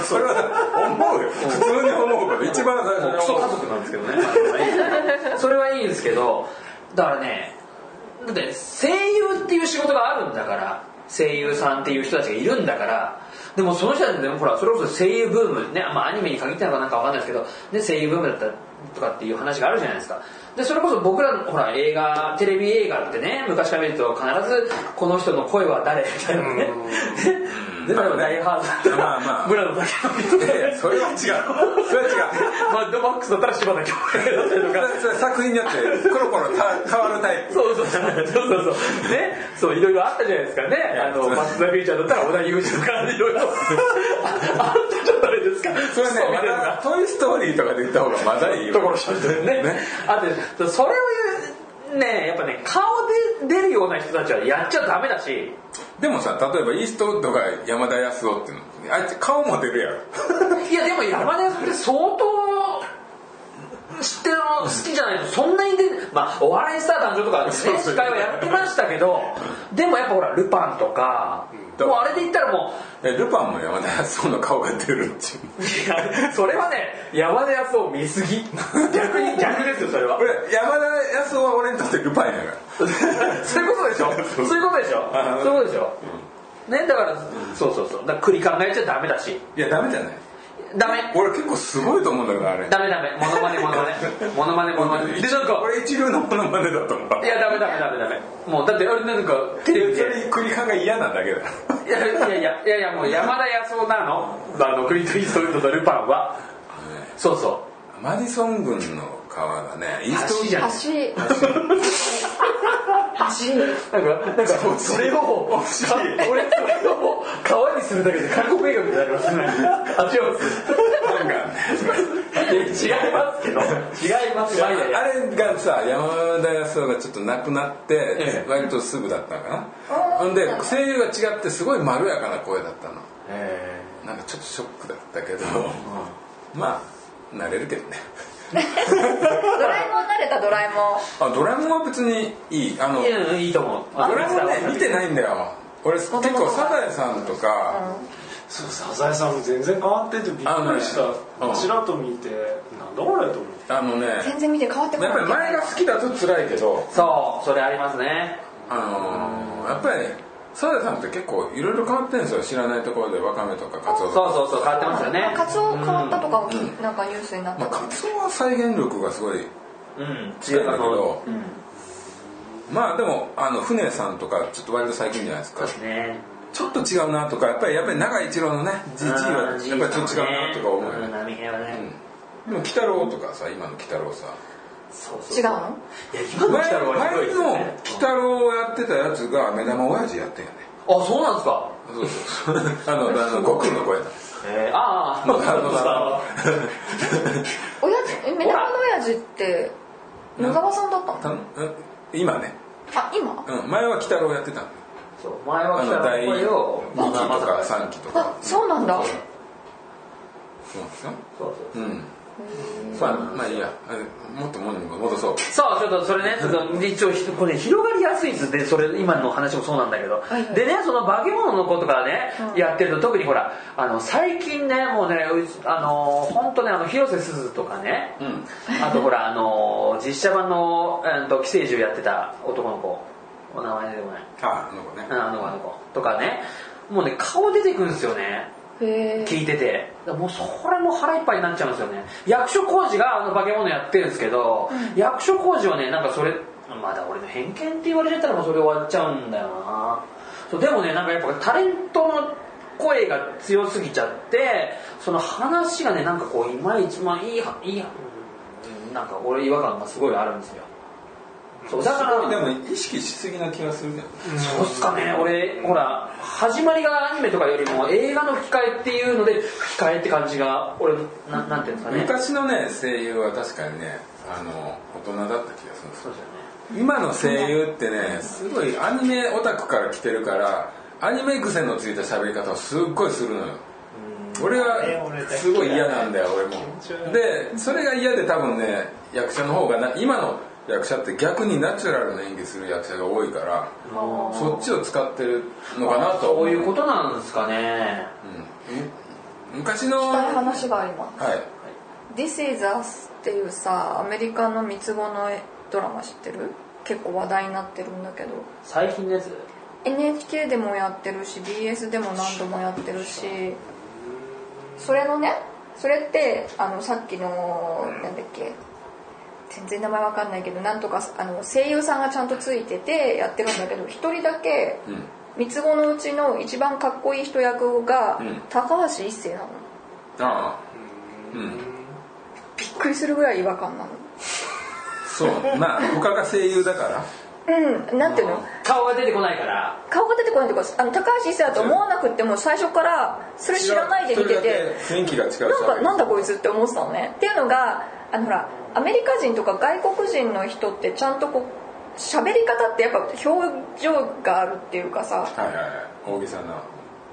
[SPEAKER 1] それは思うよ普通に思うから一番最
[SPEAKER 5] ク
[SPEAKER 1] 初
[SPEAKER 5] ソ
[SPEAKER 1] に
[SPEAKER 5] 家
[SPEAKER 1] 思う
[SPEAKER 5] 族なんですけどねそれはいいんですけどだからねだって声優っていう仕事があるんだから声優さんっていう人たちがいるんだからでもその人たちでもほらそれこそ声優ブームね、まあ、アニメに限ってなのかなんかわかんないですけど、ね、声優ブームだったとかっていう話があるじゃないですかでそれこそ僕らほら映画テレビ映画ってね昔から見ると必ずこの人の声は誰みたいなね で例えば「ダイハード」
[SPEAKER 1] まあまあ
[SPEAKER 5] ブラのだけを見
[SPEAKER 1] いやい
[SPEAKER 5] て
[SPEAKER 1] やそれは違うそれは違う
[SPEAKER 5] マッドマックスだったら柴田恭平だったりとか
[SPEAKER 1] それ作品によってコロコロた変わるタイプ
[SPEAKER 5] そうそうそうそうそうねそういろいろあったじゃないですかねあの
[SPEAKER 1] そう
[SPEAKER 5] バック・ザ・フューチャーだったら小田裕二とかいろいろああったじゃないですか
[SPEAKER 1] それはね
[SPEAKER 5] うみ
[SPEAKER 1] ま
[SPEAKER 5] たい
[SPEAKER 1] だ
[SPEAKER 5] な
[SPEAKER 1] 「トイ・ストーリー」とかで言った方がまだいいよ
[SPEAKER 5] ところしゃってるね
[SPEAKER 1] ね
[SPEAKER 5] あとそれを言うねやっぱね顔で出るような人たちはやっちゃダメだし
[SPEAKER 1] でもさ例えばイーストウッドが山田康夫っていうのあいつ顔も出るやろ
[SPEAKER 5] いやでも山田さんって相当知ってるの好きじゃないとそんなに出まあお笑いスター誕生とかね
[SPEAKER 1] そうそう
[SPEAKER 5] 司会はやってましたけどでもやっぱほらルパンとか
[SPEAKER 1] うん
[SPEAKER 5] もうあれで言ったらも
[SPEAKER 1] えルパンも山田康夫の顔が出るっていう
[SPEAKER 5] ういやそれはね山田康夫見すぎ逆に逆ですよそれは
[SPEAKER 1] 俺山田康夫は俺にとってルパンやから
[SPEAKER 5] そういうことでしょそういうことでしょそういうことでしょねだからそうそうそうだから繰り考えちゃダメだし
[SPEAKER 1] いやダメじゃない
[SPEAKER 5] ダメ
[SPEAKER 1] 俺結構すごいと思うんだけどあれ
[SPEAKER 5] ダメダメモノマネモノマネモノマネモノマ ネでなんか
[SPEAKER 1] 俺一流のモノマネだと思う
[SPEAKER 5] いやダメダメダメダメもうだってあれなんかテ
[SPEAKER 1] そ
[SPEAKER 5] レビで
[SPEAKER 1] れ繰り返が嫌なだけだ
[SPEAKER 5] いやいやいやいやいやもう山田康夫なのあのクリント・イーストウッドとルパンはそうそ
[SPEAKER 1] マディソン軍の川がねイー
[SPEAKER 5] う
[SPEAKER 1] ストウ
[SPEAKER 5] 橋
[SPEAKER 1] ッ
[SPEAKER 5] じゃ
[SPEAKER 2] 橋
[SPEAKER 5] ないなんかなんかそれをか俺それを川にするだけで韓国映画みたいになりますね足を
[SPEAKER 1] ド軍が
[SPEAKER 5] いや違いますけど違いますよいや い
[SPEAKER 1] あ
[SPEAKER 5] や
[SPEAKER 1] れがさ山田康夫がちょっと亡くなって
[SPEAKER 5] ええ
[SPEAKER 1] 割とすぐだったのかなほんで声優が違ってすごいまろやかな声だったの
[SPEAKER 5] え
[SPEAKER 1] なんかちょっとショックだったけどまあ慣れるけどね
[SPEAKER 2] ドラえもん慣れたドラえもん
[SPEAKER 1] あドラえもんは別にいいあの
[SPEAKER 5] ーいやいいと思う
[SPEAKER 1] ドラえもんね見てないんだよ俺結
[SPEAKER 2] 元々
[SPEAKER 1] 構
[SPEAKER 2] は
[SPEAKER 1] サザエさんとか
[SPEAKER 4] そうサザエさんも全然変わっててびっくりし
[SPEAKER 1] あの
[SPEAKER 4] た
[SPEAKER 1] ね
[SPEAKER 4] ちらっと見てなんだこれと思って
[SPEAKER 1] あのね
[SPEAKER 2] 全然見て変わってこな
[SPEAKER 1] や
[SPEAKER 2] い
[SPEAKER 1] っぱり前が好きだと辛いけど
[SPEAKER 5] そうそれありますね
[SPEAKER 1] あのーやっぱりサザエさんって結構いろいろ変わってるんですよ知らないところでワカメとかカツオ
[SPEAKER 5] そう
[SPEAKER 1] とか
[SPEAKER 5] そうそう変わってますよね
[SPEAKER 2] カツオ変わったとかをなんかニュースになっ
[SPEAKER 1] まあ、
[SPEAKER 2] た
[SPEAKER 1] カツオは再現力がすごい
[SPEAKER 5] うん
[SPEAKER 1] 違うんだけど
[SPEAKER 5] あのうん
[SPEAKER 1] まあでもあの船さんとかちょっと割と最近じゃないです
[SPEAKER 5] そう
[SPEAKER 1] か
[SPEAKER 5] ですね
[SPEAKER 1] ちょっと違うなとかやっぱりやっぱり長井一郎のねじじいはやっぱりちょっと違うなとか思うよね、
[SPEAKER 5] 波平はね、
[SPEAKER 1] うん、でも鬼太郎とかさ今の鬼太郎さ
[SPEAKER 5] そうそう
[SPEAKER 2] 違うの
[SPEAKER 5] いや今の
[SPEAKER 1] 前
[SPEAKER 5] 鬼太郎はひどい
[SPEAKER 1] 前
[SPEAKER 5] です
[SPEAKER 1] の
[SPEAKER 5] よ
[SPEAKER 1] 鬼
[SPEAKER 5] ね
[SPEAKER 1] 太郎をやってたやつが目玉親父やってんよね
[SPEAKER 5] あそうなんですか
[SPEAKER 1] そうそう あの あの悟空の声だ
[SPEAKER 5] えー、ああ
[SPEAKER 1] 野田野
[SPEAKER 2] 親父え目玉の親父って野沢さんだったの
[SPEAKER 1] 田うん今ね
[SPEAKER 2] あ今
[SPEAKER 1] うん、前は鬼太郎やってたの
[SPEAKER 5] そう前は
[SPEAKER 1] あ
[SPEAKER 5] 鬼太
[SPEAKER 1] の第
[SPEAKER 5] 郎
[SPEAKER 1] 2
[SPEAKER 5] の
[SPEAKER 1] 期
[SPEAKER 5] 声を
[SPEAKER 1] とか3期と
[SPEAKER 2] あ
[SPEAKER 1] か
[SPEAKER 2] そうなんだ
[SPEAKER 1] そうなんですよ
[SPEAKER 5] そうそう
[SPEAKER 1] うんまあまあいいやあもっともに戻そう
[SPEAKER 5] そうちょっとそれねちょっと一応ひこれね広がりやすいんですねそれ今の話もそうなんだけど、
[SPEAKER 2] はいはい
[SPEAKER 5] でねその化け物のことからね、やってると特にほらあの最近ねもうねうちあの本当ねあの広瀬すずとかね、
[SPEAKER 1] うん
[SPEAKER 5] あとほらあの実写版の、うん、と寄生獣やってた男の子お名前出てこない
[SPEAKER 1] ああの子ね
[SPEAKER 5] うんあの子あの子とかねもうね顔出てくるんですよね
[SPEAKER 2] へえ
[SPEAKER 5] 聞いててもうそれも腹いっぱいになっちゃうんですよね役所広司があの化け物やってるんですけど、役所広司はねなんかそれまだ俺の偏見って言われちゃったらもうそれ終わっちゃうんだよなそうでもねなんかやっぱタレントの声が強すぎちゃってその話がねなんかこういまいちまあいいはいいうんなんか俺違和感がすごいあるんですよそうだから
[SPEAKER 1] でも意識しすぎな気がするけど
[SPEAKER 5] そうっすかね俺ほら始まりがアニメとかよりも映画の吹き替えっていうので吹き替えって感じが俺ななんていうんですかね
[SPEAKER 1] 昔のね声優は確かにねあの大人だった気がするんです
[SPEAKER 5] そうですよね
[SPEAKER 1] 今の声優ってねすごいアニメオタクから来てるからアニメ癖のついた喋り方をすっごいするのよ俺はすごい嫌なんだよ俺もでそれが嫌で多分ね役者の方がな今の役者って逆にナチュラルな演技する役者が多いからそっちを使ってるのかなと
[SPEAKER 5] そういうことなんですかね
[SPEAKER 1] うん昔の
[SPEAKER 2] したい話があります
[SPEAKER 1] はい
[SPEAKER 2] 「This is Us」っていうさアメリカの三つ子のドラマ知ってる結構話題になってるんだけど
[SPEAKER 5] 最近のやつ
[SPEAKER 2] NHK でもやってるし BS でも何度もやってるしそれのねそれってあのさっきのなんだっけ全然名前わかんないけどなんとかあの声優さんがちゃんとついててやってるんだけど一人だけ
[SPEAKER 1] うん
[SPEAKER 2] 三つ子のうちの一番かっこいい人役が
[SPEAKER 1] うん
[SPEAKER 2] 高橋一生なの
[SPEAKER 1] ああうん
[SPEAKER 2] びっくりするぐらい違和感なの
[SPEAKER 1] そうまあ他が声優だから
[SPEAKER 2] うんなんていうの
[SPEAKER 5] 顔が出てこないから
[SPEAKER 2] 顔が出てこないというかあの高橋一生だと思わなくっても最初からそれ知らないで見て
[SPEAKER 1] それ
[SPEAKER 2] て
[SPEAKER 1] だけ雰囲気が違うし
[SPEAKER 2] なんかなんだこいつって思ってたのねっていうのがあのほらアメリカ人とか外国人の人ってちゃんとこう喋り方ってやっぱ表情があるっていうかさ、
[SPEAKER 1] はいはいはい大げさな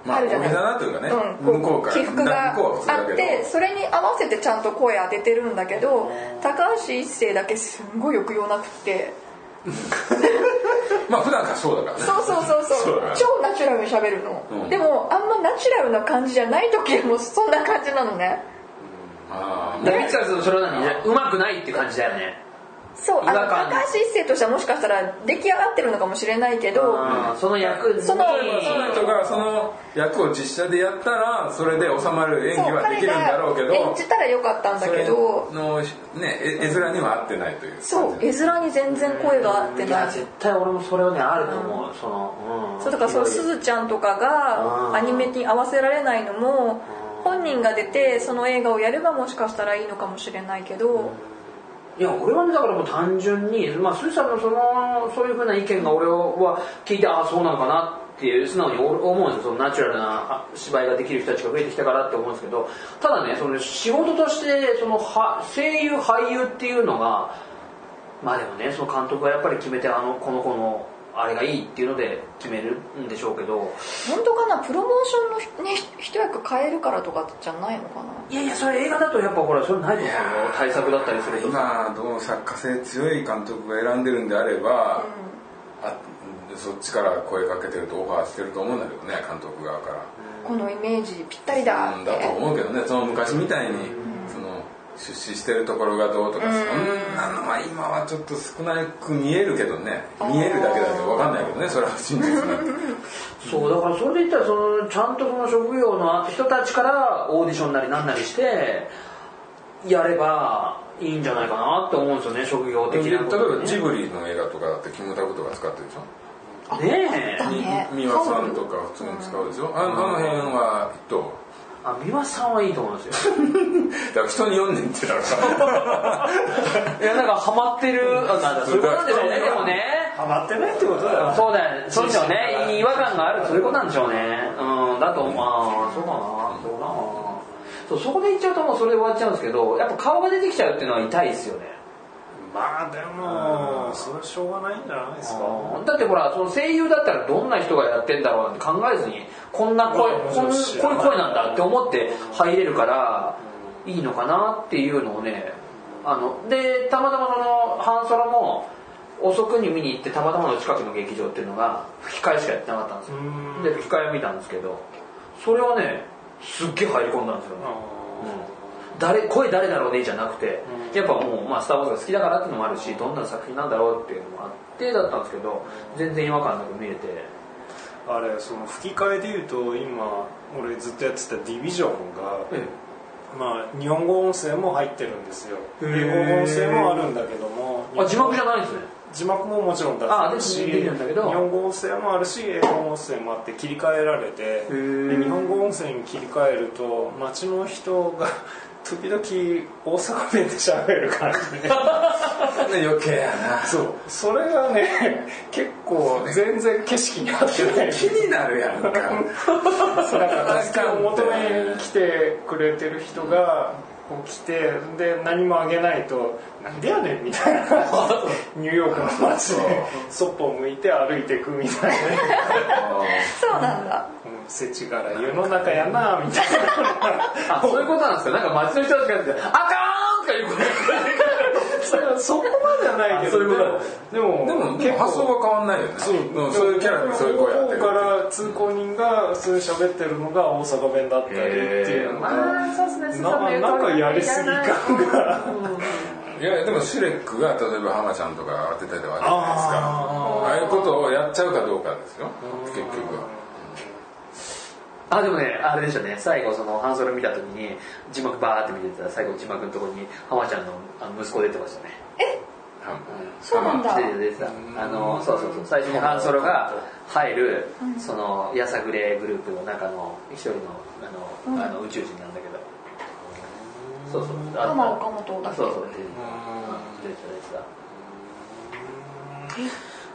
[SPEAKER 1] まあ
[SPEAKER 2] ある
[SPEAKER 1] 大
[SPEAKER 2] じゃな
[SPEAKER 1] げ
[SPEAKER 2] い
[SPEAKER 1] さなというかね、
[SPEAKER 2] う
[SPEAKER 1] 向
[SPEAKER 2] ん、
[SPEAKER 1] こうから
[SPEAKER 2] 起伏が
[SPEAKER 1] 向こうはそれ
[SPEAKER 2] あ
[SPEAKER 1] だ
[SPEAKER 2] っ
[SPEAKER 1] けど
[SPEAKER 2] てそれに合わせてちゃんと声当ててるんだけど高橋一生だけすんごい抑揚なくって
[SPEAKER 1] まあ普段からそうだからね
[SPEAKER 2] そうそうそうそ
[SPEAKER 1] そう
[SPEAKER 2] う
[SPEAKER 1] だね
[SPEAKER 2] 超ナチュラルに喋るの、
[SPEAKER 1] うん
[SPEAKER 2] でもあんまナチュラルな感じじゃない時でもそんな感じなのね
[SPEAKER 1] ああも
[SPEAKER 5] でピクサスのそれなのにねうまくないって感じだよね
[SPEAKER 2] そうあ
[SPEAKER 5] 違
[SPEAKER 2] の
[SPEAKER 5] 和感
[SPEAKER 2] 高橋一生としてはもしかしたら出来上がってるのかもしれないけど、
[SPEAKER 5] うんその役に
[SPEAKER 2] その
[SPEAKER 1] うその人がその役を実写でやったらそれで収まる演
[SPEAKER 2] そう
[SPEAKER 1] 技はできるんだろうけ
[SPEAKER 2] 彼が演
[SPEAKER 1] ど
[SPEAKER 2] じたらよかったんだ
[SPEAKER 1] そ
[SPEAKER 2] け
[SPEAKER 1] れ
[SPEAKER 2] ど
[SPEAKER 1] のねえ絵面には合ってないという
[SPEAKER 2] そう絵面に全然声が合って
[SPEAKER 5] い
[SPEAKER 2] な
[SPEAKER 5] や
[SPEAKER 2] い
[SPEAKER 5] 絶対俺もそれはねあると思うそのん
[SPEAKER 2] そうだからそうすずちゃんとかが
[SPEAKER 5] うん
[SPEAKER 2] アニメに合わせられないのも本人が出てその映画をやればもしかしたらいいのかもしれないけど
[SPEAKER 5] いや俺はねだからもう単純に、まあ、スーさんのそのそういうふうな意見が俺は聞いてああそうなのかなっていう素直に思うんですよそのナチュラルなあ芝居ができる人たちが増えてきたからって思うんですけどただねその仕事としてそのは声優俳優っていうのがまあでもねその監督がやっぱり決めてあのこの子のあれがいいっていうので決めるんでしょうけど
[SPEAKER 2] 本当かなプロモーションのね一役変えるからとかじゃないのかない
[SPEAKER 5] やいやそれ映画だとやっぱほらそれないと思うよ対策だったりすると
[SPEAKER 1] 今どう作家性強い監督が選んでるんであれば、あそっちから声かけてるとオファーしてると思うんだけどね監督側から。
[SPEAKER 2] このイメージぴったりだ
[SPEAKER 1] うん
[SPEAKER 2] って
[SPEAKER 1] だと思うけどねその昔みたいにその出資してるところがどうとかそんなのは今はちょっと少なく見えるけどね見えるだけだけど分かんないけどねそれは真実なんて
[SPEAKER 5] そうだからそれで言ったらそのちゃんとその職業の人たちからオーディションなりなんなりしてやればいいんじゃないかなって思うんですよね職業的
[SPEAKER 1] 例え
[SPEAKER 5] なこと
[SPEAKER 1] ば
[SPEAKER 5] ね
[SPEAKER 1] ジブリの映画とかだってキムタクとか使ってるでしょ
[SPEAKER 5] ねえ
[SPEAKER 2] だね
[SPEAKER 1] み美輪さんとか普通に使うでしょああの辺はどう
[SPEAKER 5] あ美輪さんはいいと思うんですよ
[SPEAKER 1] だから人に読んでんってだから
[SPEAKER 5] いやなんかハマってるあなんだそういうことなんでしょうねでもね
[SPEAKER 4] ハマってないってことだよ
[SPEAKER 5] そうだよねそうでしょうね違和感があるそういうことなんでしょうねうんだと思うあーそうかなそうかなそうそこで言っちゃうともうそれで終わっちゃうんですけどやっぱ顔が出てきちゃうっていうのは痛いですよね
[SPEAKER 4] まあでもそれはしょうがないんじゃないですか
[SPEAKER 5] だってほらその声優だったらどんな人がやってんだろうって考えずにこんな声
[SPEAKER 4] うん
[SPEAKER 5] こんこ
[SPEAKER 4] そう
[SPEAKER 5] ういう
[SPEAKER 4] そう
[SPEAKER 5] 声なんだって思って入れるからいいのかなっていうのをねあのでたまたまその半ソロも遅くに見に行ってたまたまの近くの劇場っていうのが吹き替えしかやってなかったんですよ
[SPEAKER 4] うん
[SPEAKER 5] で吹き替えを見たんですけどそれはねすっげえ入り込んだんですよねうん誰声誰だろうねじゃなくて、やっぱもう、まあ、スター・ウォーズが好きだからっていうのもあるしどんな作品なんだろうっていうのもあってだったんですけど全然違和感なく見れて
[SPEAKER 4] あれその吹き替えで言うと今俺ずっとやってたディビジョンが、まあ、日本語音声も入ってるんですよ
[SPEAKER 5] へ
[SPEAKER 4] 英
[SPEAKER 5] ー
[SPEAKER 4] 語音声もあるんだけども
[SPEAKER 5] あ字幕じゃないんですね
[SPEAKER 4] 字幕ももちろん出せる
[SPEAKER 5] あ
[SPEAKER 4] し
[SPEAKER 5] でできるんだけ
[SPEAKER 4] 日
[SPEAKER 5] ど
[SPEAKER 4] 本語音声もあるし英語音声もあって切り替えられて
[SPEAKER 5] ー
[SPEAKER 4] で日本語音声に切り替えると街の人が 時々大阪弁で喋る感じ ね
[SPEAKER 1] 余計やな
[SPEAKER 4] そうそれがね結構全然景色に合ってない
[SPEAKER 1] 気になるやんか
[SPEAKER 4] なんか助けを求めに来てくれてる人がこう来てで何もあげないとなんでやねんみたいな感じでニューヨークの街でそっぽ向いて歩いてくみたい
[SPEAKER 2] そうなんだ
[SPEAKER 4] なもう世知辛い世の中やなみたい
[SPEAKER 5] あそういうことなんですかなんか街の人たちが「あかん!」とか言う声が聞こ
[SPEAKER 4] なそこまではないけど
[SPEAKER 1] あそういうことだ
[SPEAKER 4] でも
[SPEAKER 1] でも結構発想は変わんないよね
[SPEAKER 4] そう,、
[SPEAKER 1] ん、そういうキャラでそういう子やってる
[SPEAKER 4] 向こうから通行人がそういう喋ってるのが大阪弁だったりっていうのが、
[SPEAKER 2] ああそうですねす
[SPEAKER 4] ななんかやりすぎ感が
[SPEAKER 1] いやでもシュレックが例えば浜ちゃんとか当てたりとかあるじゃないです
[SPEAKER 4] あ
[SPEAKER 1] かああいうことをやっちゃうかどうかですよ結局は
[SPEAKER 5] え たあでもねあれでしたね最後その半ソロ見た時に字幕バーって見てたら最後字幕のところに浜ちゃんのあの息子出てましたね
[SPEAKER 1] は
[SPEAKER 2] そうなんだ
[SPEAKER 5] 出てた出てたあのそうそうそう最初にハンソロが入るそのやさぐれグループの中の一人のあのあの宇宙人なんだけどそうそうあ
[SPEAKER 2] ママ岡本だ
[SPEAKER 5] あ
[SPEAKER 2] っけ
[SPEAKER 5] そうそう出てた出てた出てた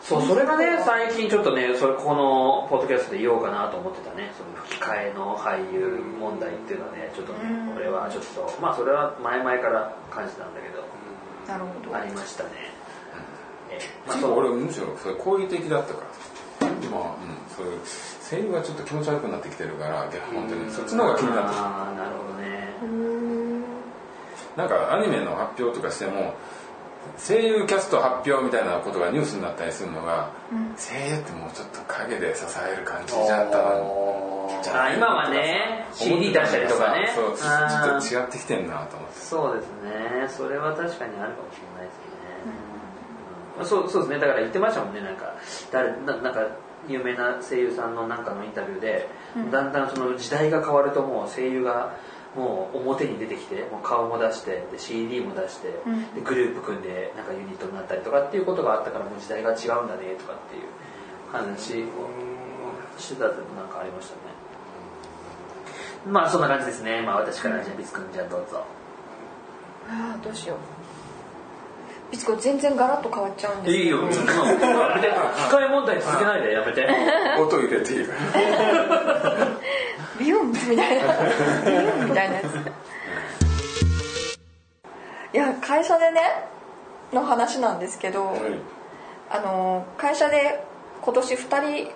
[SPEAKER 5] そうそれがね最近ちょっとねそれこのポッドキャストで言おうかなと思ってたねその吹き替えの俳優問題っていうのはねちょっとね
[SPEAKER 2] うん
[SPEAKER 5] 俺はちょっとまあそれは前々から感じたんだけど
[SPEAKER 2] なるほど
[SPEAKER 5] ありましたねええ
[SPEAKER 1] い
[SPEAKER 5] まあ
[SPEAKER 1] 結
[SPEAKER 5] そ
[SPEAKER 1] 構
[SPEAKER 5] う
[SPEAKER 1] 俺むしろそれ好意的だったから今は、うん、そういう声優がちょっと気持ち悪くなってきてるからいや本当にそっちの方が気になってきて
[SPEAKER 5] ああなるほどね
[SPEAKER 2] うーん
[SPEAKER 1] なんかアニメの発表とかしても声優キャスト発表みたいなことがニュースになったりするのが、声優ってもうちょっと陰で支える感じじゃったのにじゃ
[SPEAKER 5] あ今はね CD 出したりとかね
[SPEAKER 1] そう
[SPEAKER 5] あー
[SPEAKER 1] ちょっと違ってきてんなと思って
[SPEAKER 5] そうですねそれは確かにあるかもしれないですね、うんそうそうですねだから言ってましたもんねなんか誰ななんか有名な声優さんのなんかのインタビューで、だんだんその時代が変わるともう声優がもう表に出てきてもう顔も出してで CD も出して、
[SPEAKER 2] うん
[SPEAKER 5] でグループ組んでなんかユニットになったりとかっていうことがあったからもう時代が違うんだねとかっていう話をしてたってなんかありましたねまあそんな感じですねまあ私からじゃあビツ君じゃあどうぞ
[SPEAKER 2] ああどうしようビツコ全然ガラッと変わっちゃうんですけど
[SPEAKER 5] ちょっとやめて機械問題続けないでやめ て
[SPEAKER 1] 音入れていいから
[SPEAKER 2] ビヨンみたい なビヨンみたいなやついや会社でねの話なんですけど、あの会社で今年2人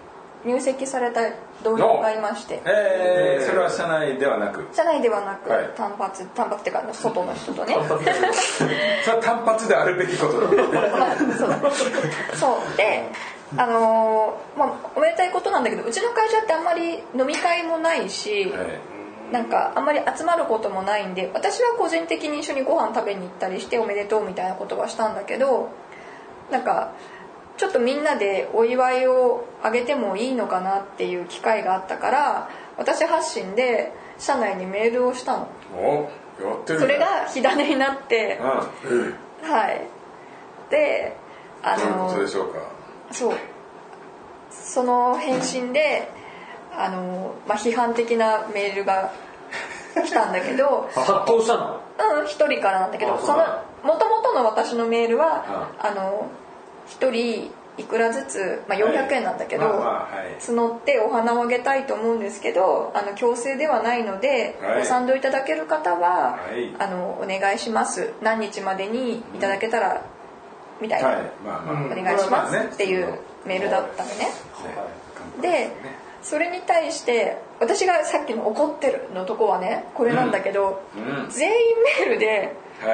[SPEAKER 2] 入籍された同僚がいまして
[SPEAKER 1] えー、それは社内ではなく
[SPEAKER 2] 社内ではなく、
[SPEAKER 1] はい
[SPEAKER 2] 単発単発っていうか外の人とね
[SPEAKER 1] それは単発であるべきことだね
[SPEAKER 2] そうだ そうであのーまあおめでたいことなんだけどうちの会社ってあんまり飲み会もないし、
[SPEAKER 1] はい
[SPEAKER 2] なんかあんまり集まることもないんで私は個人的に一緒にご飯食べに行ったりしておめでとうみたいなことはしたんだけどなんかちょっとみんなでお祝いをあげてもいいのかなっていう機会があったから私発信で社内にメールをしたの
[SPEAKER 1] おやってるね
[SPEAKER 2] それが火種になって
[SPEAKER 1] うん、うん
[SPEAKER 2] はいであ
[SPEAKER 1] どういうこ
[SPEAKER 2] の
[SPEAKER 1] とでしょうか
[SPEAKER 2] そうその返信であの、まあ、批判的なメールが来たんだけど
[SPEAKER 5] 発動したの
[SPEAKER 2] うん、一人からなんだけど
[SPEAKER 5] あ
[SPEAKER 2] そ
[SPEAKER 5] そう
[SPEAKER 2] の
[SPEAKER 5] なんだ
[SPEAKER 2] 元々の私のメールはあの一人いくらずつ、まあ、400円なんだけど、
[SPEAKER 1] まあまあはい
[SPEAKER 2] 募ってお花をあげたいと思うんですけどあの強制ではないので、
[SPEAKER 1] はい
[SPEAKER 2] ご賛同いただける方は、
[SPEAKER 1] はい
[SPEAKER 2] あのお願いします何日までにいただけたら、みたいな、
[SPEAKER 1] はいまあまあ、
[SPEAKER 2] お願いしますっていうメールだったのねでそれに対して私がさっきの「怒ってる」のとこはねこれなんだけど、
[SPEAKER 1] うんは
[SPEAKER 2] 全員メールで
[SPEAKER 1] い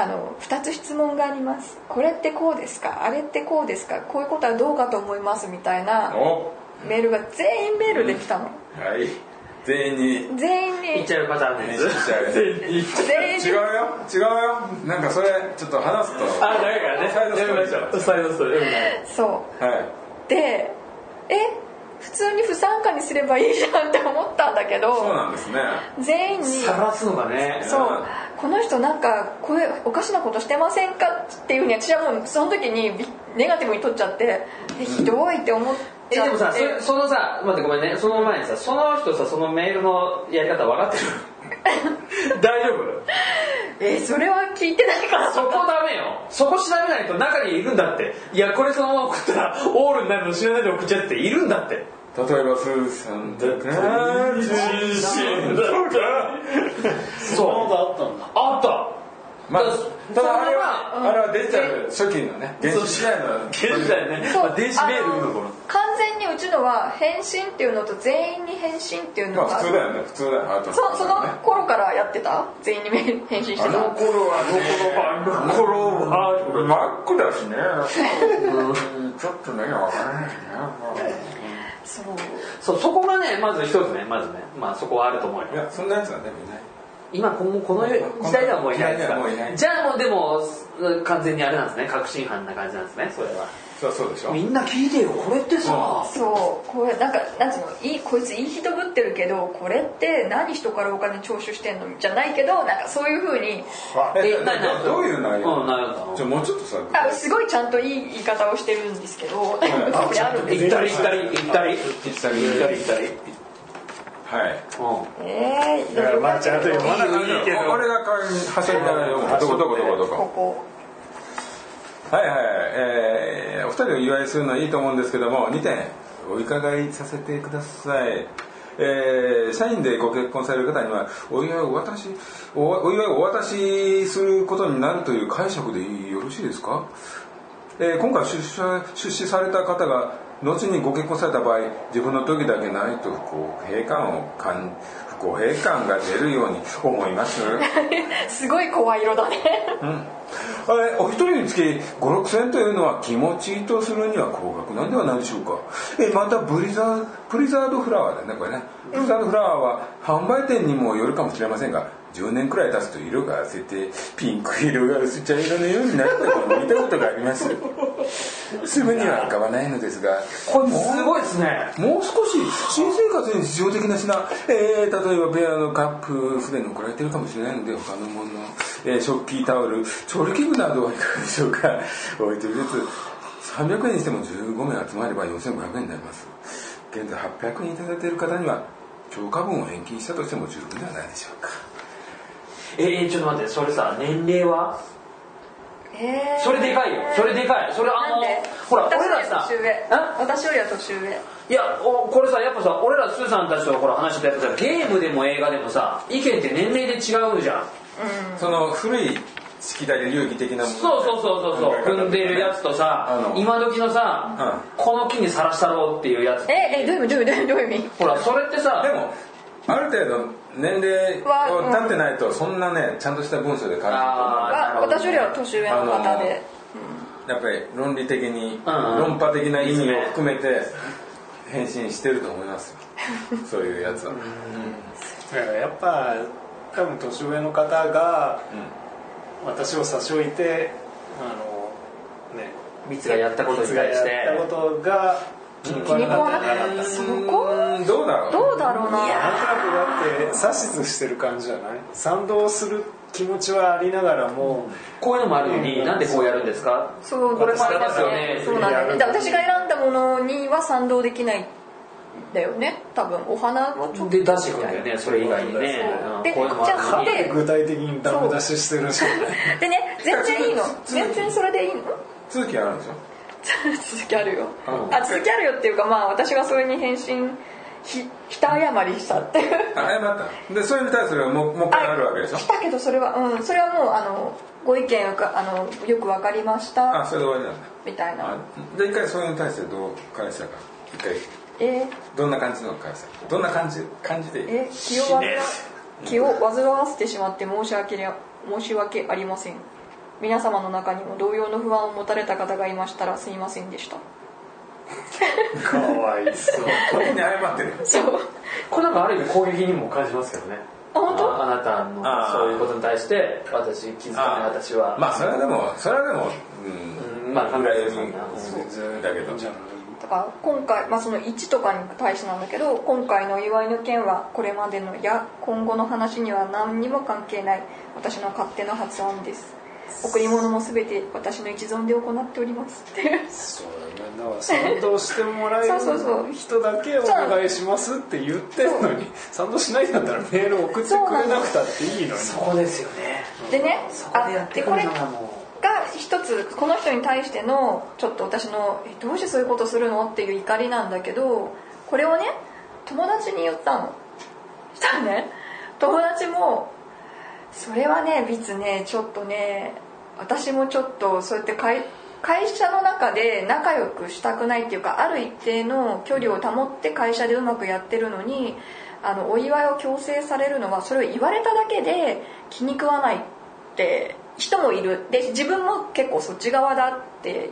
[SPEAKER 2] あの2つ質問がありますこれってこうですかあれってこうですかこういうことはどうかと思いますみたいな
[SPEAKER 1] お
[SPEAKER 2] メールが全員メールできたの、
[SPEAKER 1] はい全員に
[SPEAKER 2] 全員
[SPEAKER 5] いっ
[SPEAKER 2] に
[SPEAKER 5] ちゃうパターンで
[SPEAKER 1] 返
[SPEAKER 5] す
[SPEAKER 1] 信しちゃう
[SPEAKER 2] 全
[SPEAKER 1] 違
[SPEAKER 2] 員
[SPEAKER 1] う
[SPEAKER 2] に
[SPEAKER 1] よ違うよなんかそれちょっと話すと
[SPEAKER 5] あだからね
[SPEAKER 1] サイドストーリーじゃない
[SPEAKER 5] サイドストーリー読みましょう
[SPEAKER 2] そう
[SPEAKER 1] はい
[SPEAKER 2] でえ普通に不参加にすればいいじゃんって思ったんだけ
[SPEAKER 1] そう
[SPEAKER 2] ど
[SPEAKER 1] なんですね
[SPEAKER 2] 全員に
[SPEAKER 5] 晒すのがね
[SPEAKER 2] そうこの人なんかこれおかしなことしてませんかっていうふうに私はもうその時にびネガティブに取っちゃってえひどいって思っ
[SPEAKER 5] え
[SPEAKER 2] ちゃって
[SPEAKER 5] でもさそそのさ待ってごめんねその前にさその人さそのメールのやり方分かってる 大丈夫
[SPEAKER 2] えそれは聞いてないから
[SPEAKER 5] そこダメよそこ調べ ないと中にいるんだっていやこれそのまま送ったらオールになるの知らないで送っちゃっているんだって
[SPEAKER 1] 例えばプーさんとか自身とか
[SPEAKER 4] そうなことあったんだ
[SPEAKER 5] あった
[SPEAKER 1] まあ
[SPEAKER 5] だ
[SPEAKER 1] ただあ
[SPEAKER 5] そ
[SPEAKER 1] れ
[SPEAKER 5] れ
[SPEAKER 1] は、
[SPEAKER 5] は
[SPEAKER 1] あれはデジタル初期のね原始時代の
[SPEAKER 5] 現在ね
[SPEAKER 2] そう
[SPEAKER 5] まあ電子メールの頃
[SPEAKER 2] あの完全にうちのは返信っていうのと全員に返信っていう
[SPEAKER 1] ま
[SPEAKER 2] の
[SPEAKER 1] あ
[SPEAKER 2] が
[SPEAKER 1] 普通だよね普通だよあと
[SPEAKER 2] そその頃からやってた全員に返信して
[SPEAKER 1] あ
[SPEAKER 2] た
[SPEAKER 1] の頃はねあの頃はマックだしねうんちょっとねわからないねま
[SPEAKER 2] そう
[SPEAKER 5] そうそこがねまず一つねまずねまあそこはあると思うよ
[SPEAKER 1] あいやそんなやつはでもいない
[SPEAKER 5] 今このこの時代ではもういないですか
[SPEAKER 1] この時代にはもういない
[SPEAKER 5] じゃあもうでも完全にあれなんですね確信犯な感じなんですねそれは
[SPEAKER 1] そうそうでしょ
[SPEAKER 5] みんな聞いてよこれってさ
[SPEAKER 2] そうこれなんかなんつうのいいこいついい人ぶってるけどこれって何人からお金徴収してんのじゃないけどなんかそういうふうに
[SPEAKER 1] え
[SPEAKER 5] えなな
[SPEAKER 1] どういう内容
[SPEAKER 5] うん内容だ
[SPEAKER 1] じゃあもうちょっとさ
[SPEAKER 2] あすごいちゃんといい言い方をしてるんですけど 特にあるんです
[SPEAKER 5] 行ったり行ったり行ったり行ったり行ったり行ったり
[SPEAKER 1] はい
[SPEAKER 5] うん
[SPEAKER 2] えー、
[SPEAKER 4] だからまあちゃんと読まなくていいけど
[SPEAKER 1] 俺が代わりに端に並べようどこどこどこどこ
[SPEAKER 2] ここ
[SPEAKER 1] はいはい、えーお二人を祝いするのはいいと思うんですけども2点お伺いさせてください、えー社員でご結婚される方にはお祝いをお渡しおお祝いをお渡しすることになるという解釈でよろしいですか、えー今回出社出資された方が後にご結婚された場合自分の時だけないと不公平感を感不公平感が出るように思います
[SPEAKER 2] すごい怖い色だね
[SPEAKER 1] えーお一人につき56000円というのは気持ちいいとするには高額なんではないでしょうか、えーまたブリザーブリザードフラワーだよねこれねブリザードフラワーは販売店にもよるかもしれませんが10年くらい経つと色が褪せてピンク色が薄茶色のようになるのを見たことがあります すぐには買わないのですが
[SPEAKER 5] これすごいですね
[SPEAKER 1] もう少し新生活に実用的な品、えー例えばペアのカップすでに送られてるかもしれないので他のもの、えー食器タオル調理器具などはいかがでしょうか お一人ずつ300円にしても15名集まれば4500円になります現在800円いただいている方には超過分を返金したとしても十分ではないでしょうか
[SPEAKER 5] えーちょっと待ってそれさ年齢は
[SPEAKER 2] えー
[SPEAKER 5] それでかいよそれでかいそれあ
[SPEAKER 2] なん
[SPEAKER 5] の
[SPEAKER 2] で
[SPEAKER 5] ほら
[SPEAKER 2] 私
[SPEAKER 5] 俺
[SPEAKER 2] よ
[SPEAKER 5] ら
[SPEAKER 2] りは
[SPEAKER 5] さ
[SPEAKER 2] 年上
[SPEAKER 5] あ
[SPEAKER 2] 私よりは年上
[SPEAKER 5] いやおこれさやっぱさ俺らスーさんたちとほら話してたやつさゲームでも映画でもさ意見って年齢で違うじゃん
[SPEAKER 1] その古いしきたり流儀的なもの
[SPEAKER 5] そうそうそうそうそう踏んでるやつと
[SPEAKER 1] あ
[SPEAKER 5] さ
[SPEAKER 1] の
[SPEAKER 5] 今時のさ、この木にさらしたろうっていうやつ
[SPEAKER 2] ええどういう意味どういう意味どういう意味
[SPEAKER 5] ほらそれってさ
[SPEAKER 1] でもある程度年齢を経ってないとそんなねちゃんとした文章で書いてると思う
[SPEAKER 5] あーなる
[SPEAKER 2] あ
[SPEAKER 5] ほどね
[SPEAKER 2] 私よりは年上の方で、
[SPEAKER 1] やっぱり論理的に、
[SPEAKER 5] うんうん
[SPEAKER 1] 論破的な意味を含めて返信してると思います よそういうやつは
[SPEAKER 4] だからやっぱ多分年上の方が私を差し置いてあのね
[SPEAKER 5] ミツがやったことに
[SPEAKER 4] いつが
[SPEAKER 5] 対して
[SPEAKER 4] やったことが気に
[SPEAKER 2] 気に食
[SPEAKER 4] 食
[SPEAKER 2] わ
[SPEAKER 4] わ
[SPEAKER 2] な
[SPEAKER 4] な
[SPEAKER 2] か
[SPEAKER 4] かった
[SPEAKER 2] ったそ
[SPEAKER 1] うん
[SPEAKER 2] こ
[SPEAKER 1] どうだろう
[SPEAKER 2] どうだろうない
[SPEAKER 4] やなんとなくだって指図してる感じじゃない賛同する気持ちはありながらも、
[SPEAKER 5] こういうのもあるのに、
[SPEAKER 4] うん
[SPEAKER 5] なんでこうやるんですか
[SPEAKER 2] そう
[SPEAKER 5] これもありますよね
[SPEAKER 2] そうなんだよねだから私が選んだものには賛同できないんだよね多分お花もちょっと
[SPEAKER 5] で出してくんだよねそれ以外にね
[SPEAKER 2] そう
[SPEAKER 5] うん
[SPEAKER 2] で
[SPEAKER 5] こういうのもあ
[SPEAKER 2] じ
[SPEAKER 5] る
[SPEAKER 2] ゃ
[SPEAKER 5] の
[SPEAKER 2] あ
[SPEAKER 5] に
[SPEAKER 2] で
[SPEAKER 4] 具体的にダメ出ししてるし
[SPEAKER 2] でね全然いいの全然それでいいの
[SPEAKER 1] 続きあるんでしょ
[SPEAKER 2] 続きあるよ
[SPEAKER 5] うん
[SPEAKER 2] あ続きあるよっていうかまあ私がそれに返信ひた誤りしたっていう
[SPEAKER 1] あ謝ったでそれに対するもうもう一 回あるわけでしょ
[SPEAKER 2] 来たけどそれはうんそれはもうあのご意見があのよくわかりまし
[SPEAKER 1] あ
[SPEAKER 2] た
[SPEAKER 1] それで終わりなんだ
[SPEAKER 2] みたいな
[SPEAKER 1] あで一回それに対してどう返したか一回
[SPEAKER 2] えー
[SPEAKER 1] どんな感じの返したどんな感じ感じでいい
[SPEAKER 2] え気を煩わ気を煩わせてしまって申し訳りゃ申し訳ありません皆様の中にも同様の不安を持たれた方がいましたらすいません でした
[SPEAKER 4] かわいそう
[SPEAKER 1] ここに謝ってる
[SPEAKER 2] そう
[SPEAKER 5] これなんかある意味攻撃にも感じますけどね
[SPEAKER 2] あ本当
[SPEAKER 5] あなたの
[SPEAKER 1] あー
[SPEAKER 5] そういうことに対して私気づかない私は
[SPEAKER 1] まあそれはでもそれはでも
[SPEAKER 5] うんまあ
[SPEAKER 1] うん
[SPEAKER 5] 考
[SPEAKER 1] ぐら
[SPEAKER 5] え
[SPEAKER 1] い
[SPEAKER 5] て
[SPEAKER 1] うんだけど
[SPEAKER 4] じゃない
[SPEAKER 2] だから今回、まあ、その1とかに対してなんだけど今回のお祝いの件はこれまでのや今後の話には何にも関係ない私の勝手な発案です贈り物も全て私の一存で行っており ますっていう
[SPEAKER 4] そうだねだから賛同してもらえる
[SPEAKER 2] そうそうそう
[SPEAKER 4] 人だけお願いしますって言ってるのに賛同しないんだったらメール送ってくれなくたっていいのに
[SPEAKER 5] そこですよね
[SPEAKER 2] でね
[SPEAKER 5] そこでや
[SPEAKER 2] あ
[SPEAKER 5] って
[SPEAKER 2] で
[SPEAKER 5] く
[SPEAKER 2] こ
[SPEAKER 5] る
[SPEAKER 2] れ
[SPEAKER 5] のがもう
[SPEAKER 2] が一つこの人に対してのちょっと私のえどうしてそういうことするのっていう怒りなんだけどこれをね友達に言ったのしたらね友達も「それはねビツねちょっとね私もちょっとそうやって会会社の中で仲良くしたくないっていうかある一定の距離を保って会社でうまくやってるのにあのお祝いを強制されるのはそれを言われただけで気に食わないって人もいるで自分も結構そっち側だって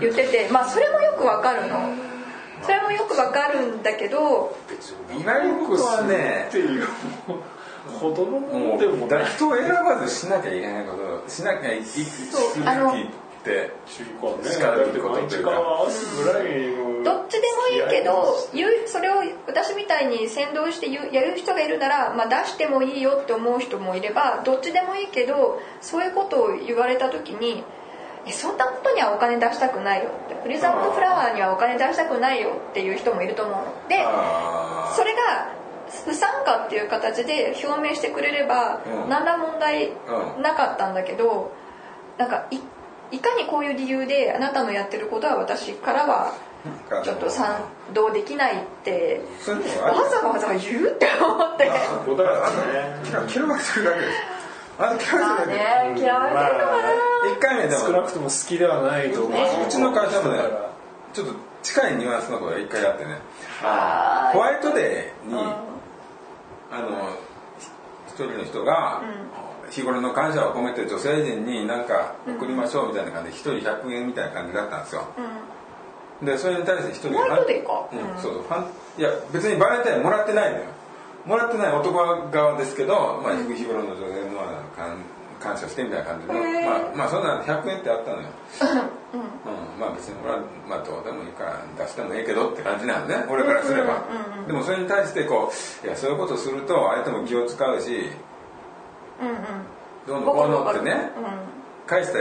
[SPEAKER 2] 言っててまあそれもよくわかるのそれもよくわかるんだけど
[SPEAKER 1] 今よくはね
[SPEAKER 4] っていう子
[SPEAKER 1] も
[SPEAKER 4] 供も
[SPEAKER 1] う
[SPEAKER 4] でも
[SPEAKER 1] だか
[SPEAKER 4] ね
[SPEAKER 1] ら人を選ばずしなきゃいけないことしなきゃいけ
[SPEAKER 2] うあの
[SPEAKER 1] ないって
[SPEAKER 4] 中間ね
[SPEAKER 1] 叱るってこと
[SPEAKER 4] 毎
[SPEAKER 1] と
[SPEAKER 4] 日
[SPEAKER 1] いうか
[SPEAKER 4] 顔合わすぐらいの
[SPEAKER 2] どっちでもいいけど言うそれを私みたいに先導して言うやる人がいるなら、まあ、出してもいいよって思う人もいればどっちでもいいけどそういうことを言われた時に「えそんなことにはお金出したくないよ」って「プリザムドフラワーにはお金出したくないよ」っていう人もいると思うので
[SPEAKER 1] あ
[SPEAKER 2] それが不参加っていう形で表明してくれれば
[SPEAKER 1] うん
[SPEAKER 2] 何ら問題なかったんだけどなんかいいかにこういう理由であなたのやってることは私からは
[SPEAKER 1] ーなんか
[SPEAKER 2] ちょっと賛同できないって
[SPEAKER 1] そういうのがあ
[SPEAKER 2] わ
[SPEAKER 1] る
[SPEAKER 2] ざわざ言うって思って
[SPEAKER 4] ここだからね
[SPEAKER 1] 嫌われてるだけですあと嫌わ
[SPEAKER 2] ま
[SPEAKER 1] れてるだけ
[SPEAKER 2] あね嫌われてるのか
[SPEAKER 1] 一回ねで
[SPEAKER 4] 少
[SPEAKER 1] も
[SPEAKER 4] なくとも好きではないと思う
[SPEAKER 1] うちの会社もねちょっと近いニュアンスのことが一回あってね
[SPEAKER 2] な
[SPEAKER 1] ホワイトデーに
[SPEAKER 2] あ
[SPEAKER 1] あの一人の人が日頃の感謝を込めて女性陣に何か送りましょうみたいな感じで一人100円みたいな感じだったんですよでそれに対して一人
[SPEAKER 2] ホワイトデーか
[SPEAKER 1] うん
[SPEAKER 2] うん
[SPEAKER 1] そうそうファンいや別にバレンタインもらってないのよもらってない男側ですけど、まあ、日頃の女性のまあ感感謝してみたいな感じの、
[SPEAKER 2] へー
[SPEAKER 1] まあ、まあそんなの100円ってあったのよ、うん、まあ別に俺は、まあ、どうでもいいから出してもええけどって感じなのね俺からすれば、
[SPEAKER 2] うんうんうん
[SPEAKER 1] でもそれに対してこういやそういうことすると相手も気を使うし
[SPEAKER 2] うんうん
[SPEAKER 1] ど
[SPEAKER 2] うんん
[SPEAKER 1] どんこう
[SPEAKER 2] 僕も
[SPEAKER 1] の
[SPEAKER 2] わ
[SPEAKER 1] って
[SPEAKER 2] かる
[SPEAKER 1] ね返した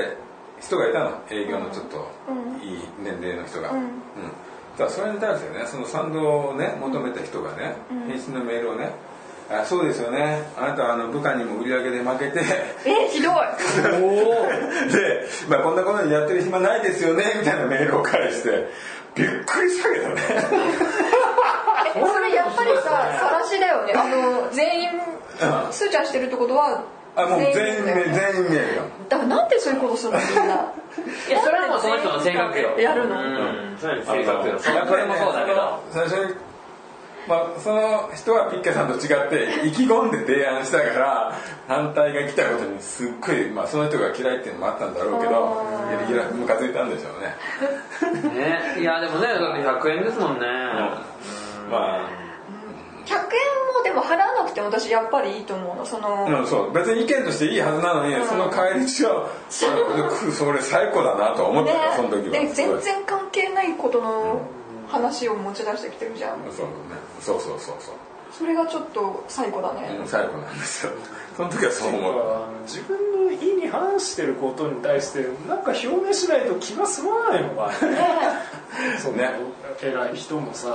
[SPEAKER 1] 人がいたの営業のちょっと
[SPEAKER 2] うん
[SPEAKER 1] いい年齢の人が、
[SPEAKER 2] うん
[SPEAKER 1] うんだからそれに対してねその賛同をね求めた人がね、
[SPEAKER 2] うん
[SPEAKER 1] 返信のメールをね「あそうですよねあなたはあの部下にも売り上げで負けて
[SPEAKER 2] うん えひどい
[SPEAKER 1] で、まあ、こんなことにやってる暇ないですよね」みたいなメールを返してびっくりしたけどね
[SPEAKER 2] えそれやっぱりさ晒しだよねあの全員スーちゃんしてるってことは
[SPEAKER 1] あもう全員
[SPEAKER 2] だ
[SPEAKER 1] ね
[SPEAKER 2] よね
[SPEAKER 1] 全員メールよ
[SPEAKER 2] だからなんでそういうことするのみんな
[SPEAKER 5] いやそれはもうその人の性格よ
[SPEAKER 2] やるの
[SPEAKER 5] うんそれは
[SPEAKER 1] あの
[SPEAKER 5] 性格よそれはこれもそうだけど
[SPEAKER 1] 最初に、まあ、その人はピッカさんと違って意気込んで提案したから反対が来たことにすっごい、まあ、その人が嫌いっていうのもあったんだろうけ
[SPEAKER 2] あ
[SPEAKER 1] どいやいやムカついたんでしょうね
[SPEAKER 5] ねいやでもねだって100円ですもんね
[SPEAKER 1] ま
[SPEAKER 2] 100円もでも払わなくても私やっぱりいいと思うのその、
[SPEAKER 1] あ、うん、そう別に意見としていいはずなのに、その帰り道はうんそれ最高だなと思ったよ、その時は
[SPEAKER 2] で全然関係ないことの話を持ち出してきてるじゃん
[SPEAKER 1] そう,、ね、そうそうそうそう
[SPEAKER 2] それがちょっと最後だね、
[SPEAKER 1] うん最高なんですよその時はそう
[SPEAKER 4] なん
[SPEAKER 1] 思う
[SPEAKER 4] か自分の意に反してることに対してなんか表明しないと気が済まないのかねその
[SPEAKER 1] ね
[SPEAKER 4] 偉い人もさ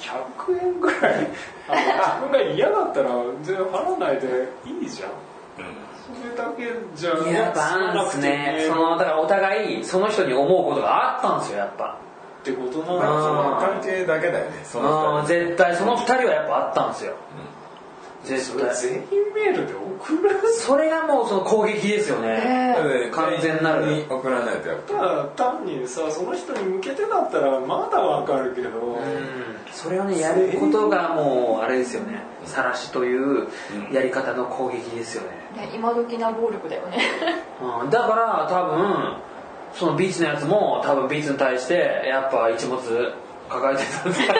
[SPEAKER 4] 100円ぐらいあの自分が嫌だったら全然払わないでいいじゃんそれだけじゃ
[SPEAKER 5] いやバンスねそのだからお互いその人に思うことがあったんですよやっぱ
[SPEAKER 4] ってことな
[SPEAKER 1] ま
[SPEAKER 4] ん
[SPEAKER 1] あ
[SPEAKER 4] だ
[SPEAKER 1] その関係だけだよねその
[SPEAKER 5] うん
[SPEAKER 1] 人
[SPEAKER 5] 絶対その2人はやっぱあったんですよ
[SPEAKER 4] そ
[SPEAKER 5] 絶
[SPEAKER 4] れ
[SPEAKER 5] 対
[SPEAKER 4] 全員メールで送る
[SPEAKER 5] それがもうその攻撃ですよね
[SPEAKER 2] ねえ
[SPEAKER 5] 完全なる
[SPEAKER 1] に送らないとやっぱ
[SPEAKER 4] ただ単にさその人に向けてだったらまだわかるけど、
[SPEAKER 5] うんそれをねやることがもうあれですよね晒しというやり方の攻撃ですよね、
[SPEAKER 2] ね今時な暴力だよね
[SPEAKER 5] うん、だから多分そのビーチのやつも多分ビーチに対してやっぱ一物抱えてたん ですよ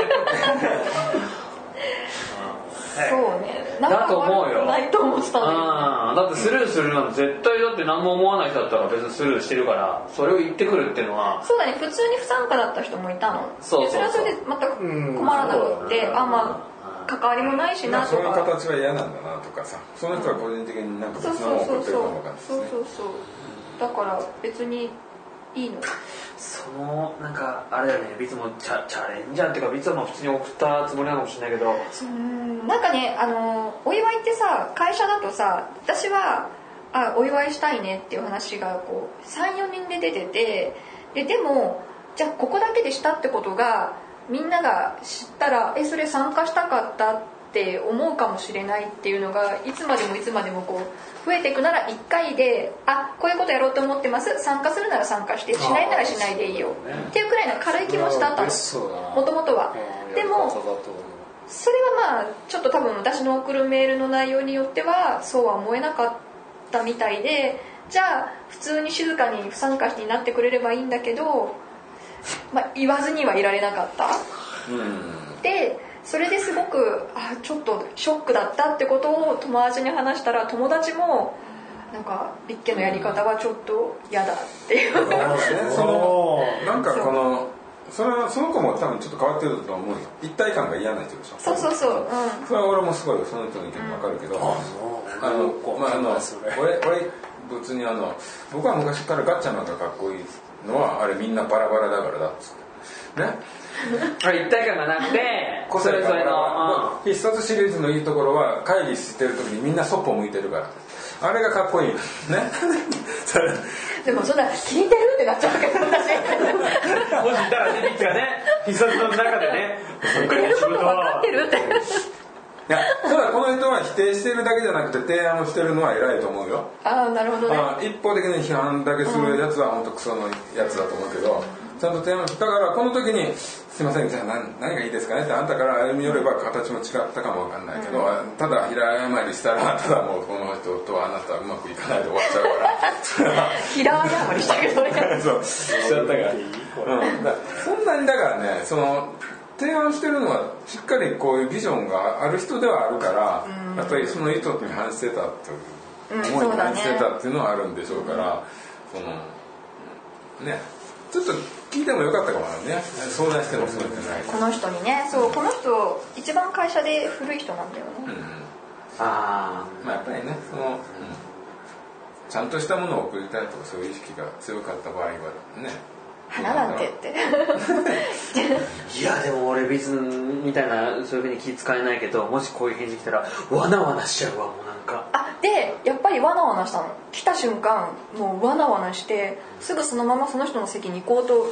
[SPEAKER 2] そうね
[SPEAKER 5] だと思う
[SPEAKER 2] 仲悪く
[SPEAKER 5] よ
[SPEAKER 2] ないと思ってたのに
[SPEAKER 5] うんだってスルーするなんて絶対だって何も思わない人だったら別にスルーしてるからそれを言ってくるっていうのは
[SPEAKER 2] そうだね普通に不参加だった人もいたの
[SPEAKER 5] そう
[SPEAKER 2] でそ
[SPEAKER 5] そうそう
[SPEAKER 2] れはそれで全く困らなくって、
[SPEAKER 5] うん
[SPEAKER 2] あまあ関わりもないし
[SPEAKER 1] ま
[SPEAKER 2] な
[SPEAKER 1] あ
[SPEAKER 2] と
[SPEAKER 1] そう
[SPEAKER 2] か、
[SPEAKER 1] いう形は嫌なんだなとかさその人は個人的になんか
[SPEAKER 2] そう
[SPEAKER 1] 別
[SPEAKER 2] そ
[SPEAKER 1] のものを送っ
[SPEAKER 2] うそう
[SPEAKER 1] てると
[SPEAKER 2] そう
[SPEAKER 1] 思うからです
[SPEAKER 2] そう
[SPEAKER 1] ね
[SPEAKER 2] そうそうだから別にいいの
[SPEAKER 5] そのなんかあれだよねビーツもチャチャレンジャーっていうかビーツはまあ普通に送ったつもりなのかもしれない けど
[SPEAKER 2] うんなんかねあのお祝いってさ会社だとさ私はあお祝いしたいねっていう話がこう34人で出ててででもじゃあここだけでしたってことがみんなが知ったらえそれ参加したかったって思うかもしれないっていうのがいつまでもいつまでもこう増えていくなら1回であこういうことやろうと思ってます参加するなら参加してしないならしないでいいよ、っていうくらいの軽い気持ちだったのもともとはでもそれはまあちょっと多分私の送るメールの内容によってはそうは思えなかったみたいでじゃあ普通に静かに不参加になってくれればいいんだけど、まあ、言わずにはいられなかった、でそれですごくあちょっとショックだったってことを友達に話したら友達もなんかビッケのやり方はちょっと嫌だっていう、
[SPEAKER 1] そのなんかこのそれはその子も多分ちょっと変わってると思うよ一体感が嫌な人でしょ
[SPEAKER 2] そうそうそう、うん、
[SPEAKER 1] それは俺もすごいその人の意見分かるけど、あのまああの俺俺別にあの僕は昔からガッチャマンがかっこいいのはあれみんなバラバラだからだっつってね
[SPEAKER 5] 一体感がなくて
[SPEAKER 1] 個
[SPEAKER 5] そ
[SPEAKER 1] 性
[SPEAKER 5] れ
[SPEAKER 1] が
[SPEAKER 5] ぞ
[SPEAKER 1] バ
[SPEAKER 5] れ
[SPEAKER 1] ラバラ
[SPEAKER 5] の、
[SPEAKER 1] 必殺シリーズのいいところは会議してる時にみんなそっぽ向いてるからあれがかっこいいね それ
[SPEAKER 2] でもそんな聞いてるってなっちゃうけど 私
[SPEAKER 3] もしいたらねビッチがね必殺の中でね
[SPEAKER 2] くれること分かってるって
[SPEAKER 1] いやただこの人は否定してるだけじゃなくて提案をしてるのは偉いと思うよ
[SPEAKER 2] ああなるほどね
[SPEAKER 1] あ一方的に批判だけするやつは本当クソのやつだと思うけど、ちゃんと提案だからこの時に「すいませんじゃあ何何がいいですかね」ってあんたから歩み寄れば形も違ったかもわかんないけど、ただ平謝りしたらただもうこの人とあなたはうまくいかないで終わっちゃうからそれは
[SPEAKER 2] 平謝りしたけど ね
[SPEAKER 1] そうしちゃったから、うん、だそんなにだからねその提案してるのはしっかりこういうビジョンがある人ではあるから、やっぱりその意図に反してたという、
[SPEAKER 2] うん
[SPEAKER 1] 思い
[SPEAKER 2] そ
[SPEAKER 1] に
[SPEAKER 2] うだ
[SPEAKER 1] 反
[SPEAKER 2] ね
[SPEAKER 1] してたっていうのはあるんでしょうから、そのねちょっと聞いてもよかったかもね相談してもそうじゃない
[SPEAKER 2] この人にねそうこの人一番会社で古い人なんだよね
[SPEAKER 5] あ
[SPEAKER 1] まあ、やっぱりねその、うんちゃんとしたものを送りたいとかそういう意識が強かった場合はね
[SPEAKER 2] 花なんてって
[SPEAKER 5] ーいやでも俺ビズみたいなそういうふうに気使えないけどもしこういう返事来たらわなわなしちゃうわもうなんか
[SPEAKER 2] あでやっぱりわなわなしたの来た瞬間もうわなわなしてすぐそのままその人の席に行こうと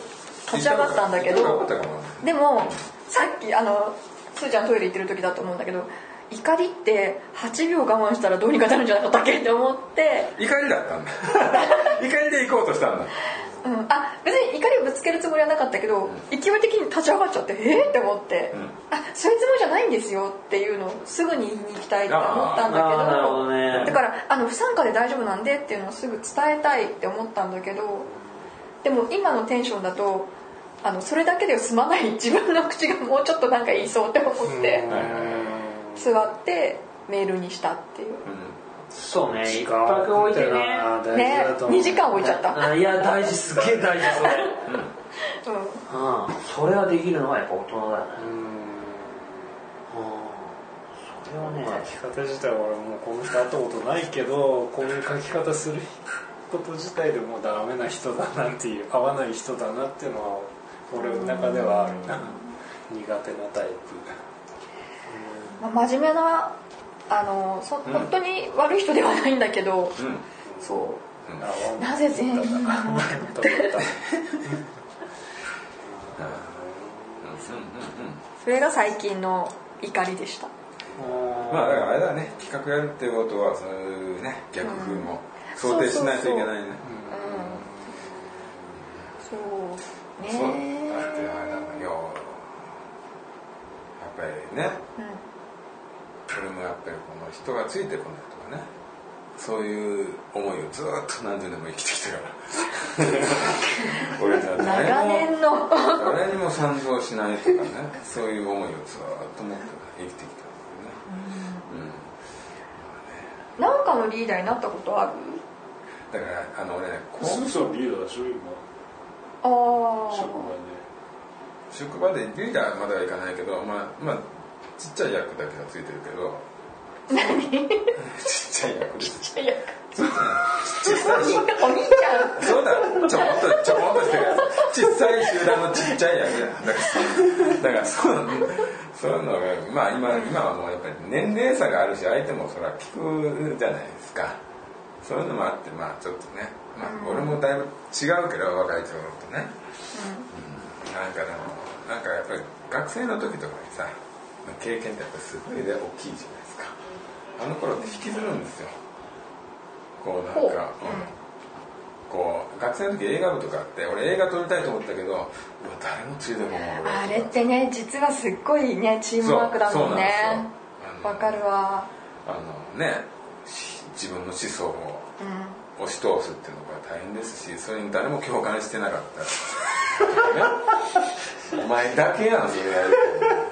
[SPEAKER 2] 立ち上がったんだけ
[SPEAKER 1] 言った方
[SPEAKER 2] ど
[SPEAKER 1] がよかったかも
[SPEAKER 2] でもさっきあのすーちゃんトイレ行ってる時だと思うんだけど怒りって8秒我慢したらどうにかなるんじゃなかったっけって思って
[SPEAKER 1] 怒りだったんだ 怒りで行こうとしたんだ
[SPEAKER 2] うん、あ別に怒りをぶつけるつもりはなかったけど、勢い的に立ち上がっちゃってえっ、って思って、
[SPEAKER 1] ん
[SPEAKER 2] あそういうつもりじゃないんですよっていうのをすぐに言いに行きたいと思ったんだ
[SPEAKER 5] あーなるほど
[SPEAKER 2] けど
[SPEAKER 5] ね
[SPEAKER 2] だからあの不参加で大丈夫なんでっていうのをすぐ伝えたいって思ったんだけどでも今のテンションだとあのそれだけでは済まない自分の口がもうちょっとなんか言いそうって思って座ってメールにしたっていう
[SPEAKER 5] そうね一泊置いてね
[SPEAKER 2] ね2時間置いちゃ った、
[SPEAKER 5] あいや大事すっげえ大事それ
[SPEAKER 2] うん
[SPEAKER 5] うんそれはできるのはやっぱ大人だよねうんそれはね
[SPEAKER 4] 書き方自体は俺もうこの人会ったことないけどこういう書き方すること自体でもうダメな人だなっていう合わない人だなっていうのは俺の中ではあるな苦手なタイプ
[SPEAKER 2] まあ真面目なあのそ本当に悪い人ではないんだけど、
[SPEAKER 1] うん
[SPEAKER 2] そ
[SPEAKER 4] 合わ
[SPEAKER 2] う
[SPEAKER 4] ない
[SPEAKER 2] なぜ全員なのかな
[SPEAKER 4] と思った
[SPEAKER 2] それが最近の怒りでした
[SPEAKER 1] まあだからあれだね企画やるっていうことはそういうね逆風も想定しないといけないね
[SPEAKER 2] そうね
[SPEAKER 1] そうだってあれなんだよやっぱりねこれもやっぱりこの人がついてこないとかねそういう思いをずっと何十年も生きてきたから 俺たち
[SPEAKER 2] うん長
[SPEAKER 1] 誰も
[SPEAKER 2] 年の
[SPEAKER 1] 誰にも賛同しないとかねそういう思いをずっと持って生きてきたんだよね、うん
[SPEAKER 2] なんかのリーダーになったことある
[SPEAKER 1] だからあの俺ねこ
[SPEAKER 6] スー
[SPEAKER 1] う
[SPEAKER 6] さんリーダーでしょ今
[SPEAKER 2] あ
[SPEAKER 6] 職場
[SPEAKER 2] ー
[SPEAKER 1] 職場でリーダーまではいかないけどまあまあちっちゃい役だけがついてるけど 何ち っちゃい役です
[SPEAKER 2] いやお兄ちゃん
[SPEAKER 1] そうだちょこっとちょこっとしてるやつ小さい集団のちっちゃい役だからだからそうそういうのがまあ今今はもうやっぱり年齢差があるし相手もそれは聞くじゃないですかそういうのもあってまあちょっとね、まあ、俺もだいぶ違うけど若い人とね、うんなんかでもなんかやっぱり学生の時とかにさ経験ってやっぱすごいね大きいじゃないですかあの頃って引きずるんですよこうなんか、うんこう学生の時映画部とかあって俺映画撮りたいと思ったけどうわ誰もついてこない
[SPEAKER 2] あれってね実はすっごいねチームワークだもんね
[SPEAKER 1] そうそうなんですよ
[SPEAKER 2] わかるわ
[SPEAKER 1] あのねし自分の思想を押し通すっていうのが大変ですしそれに誰も共感してなかった ら、ね、お前だけやんそれやる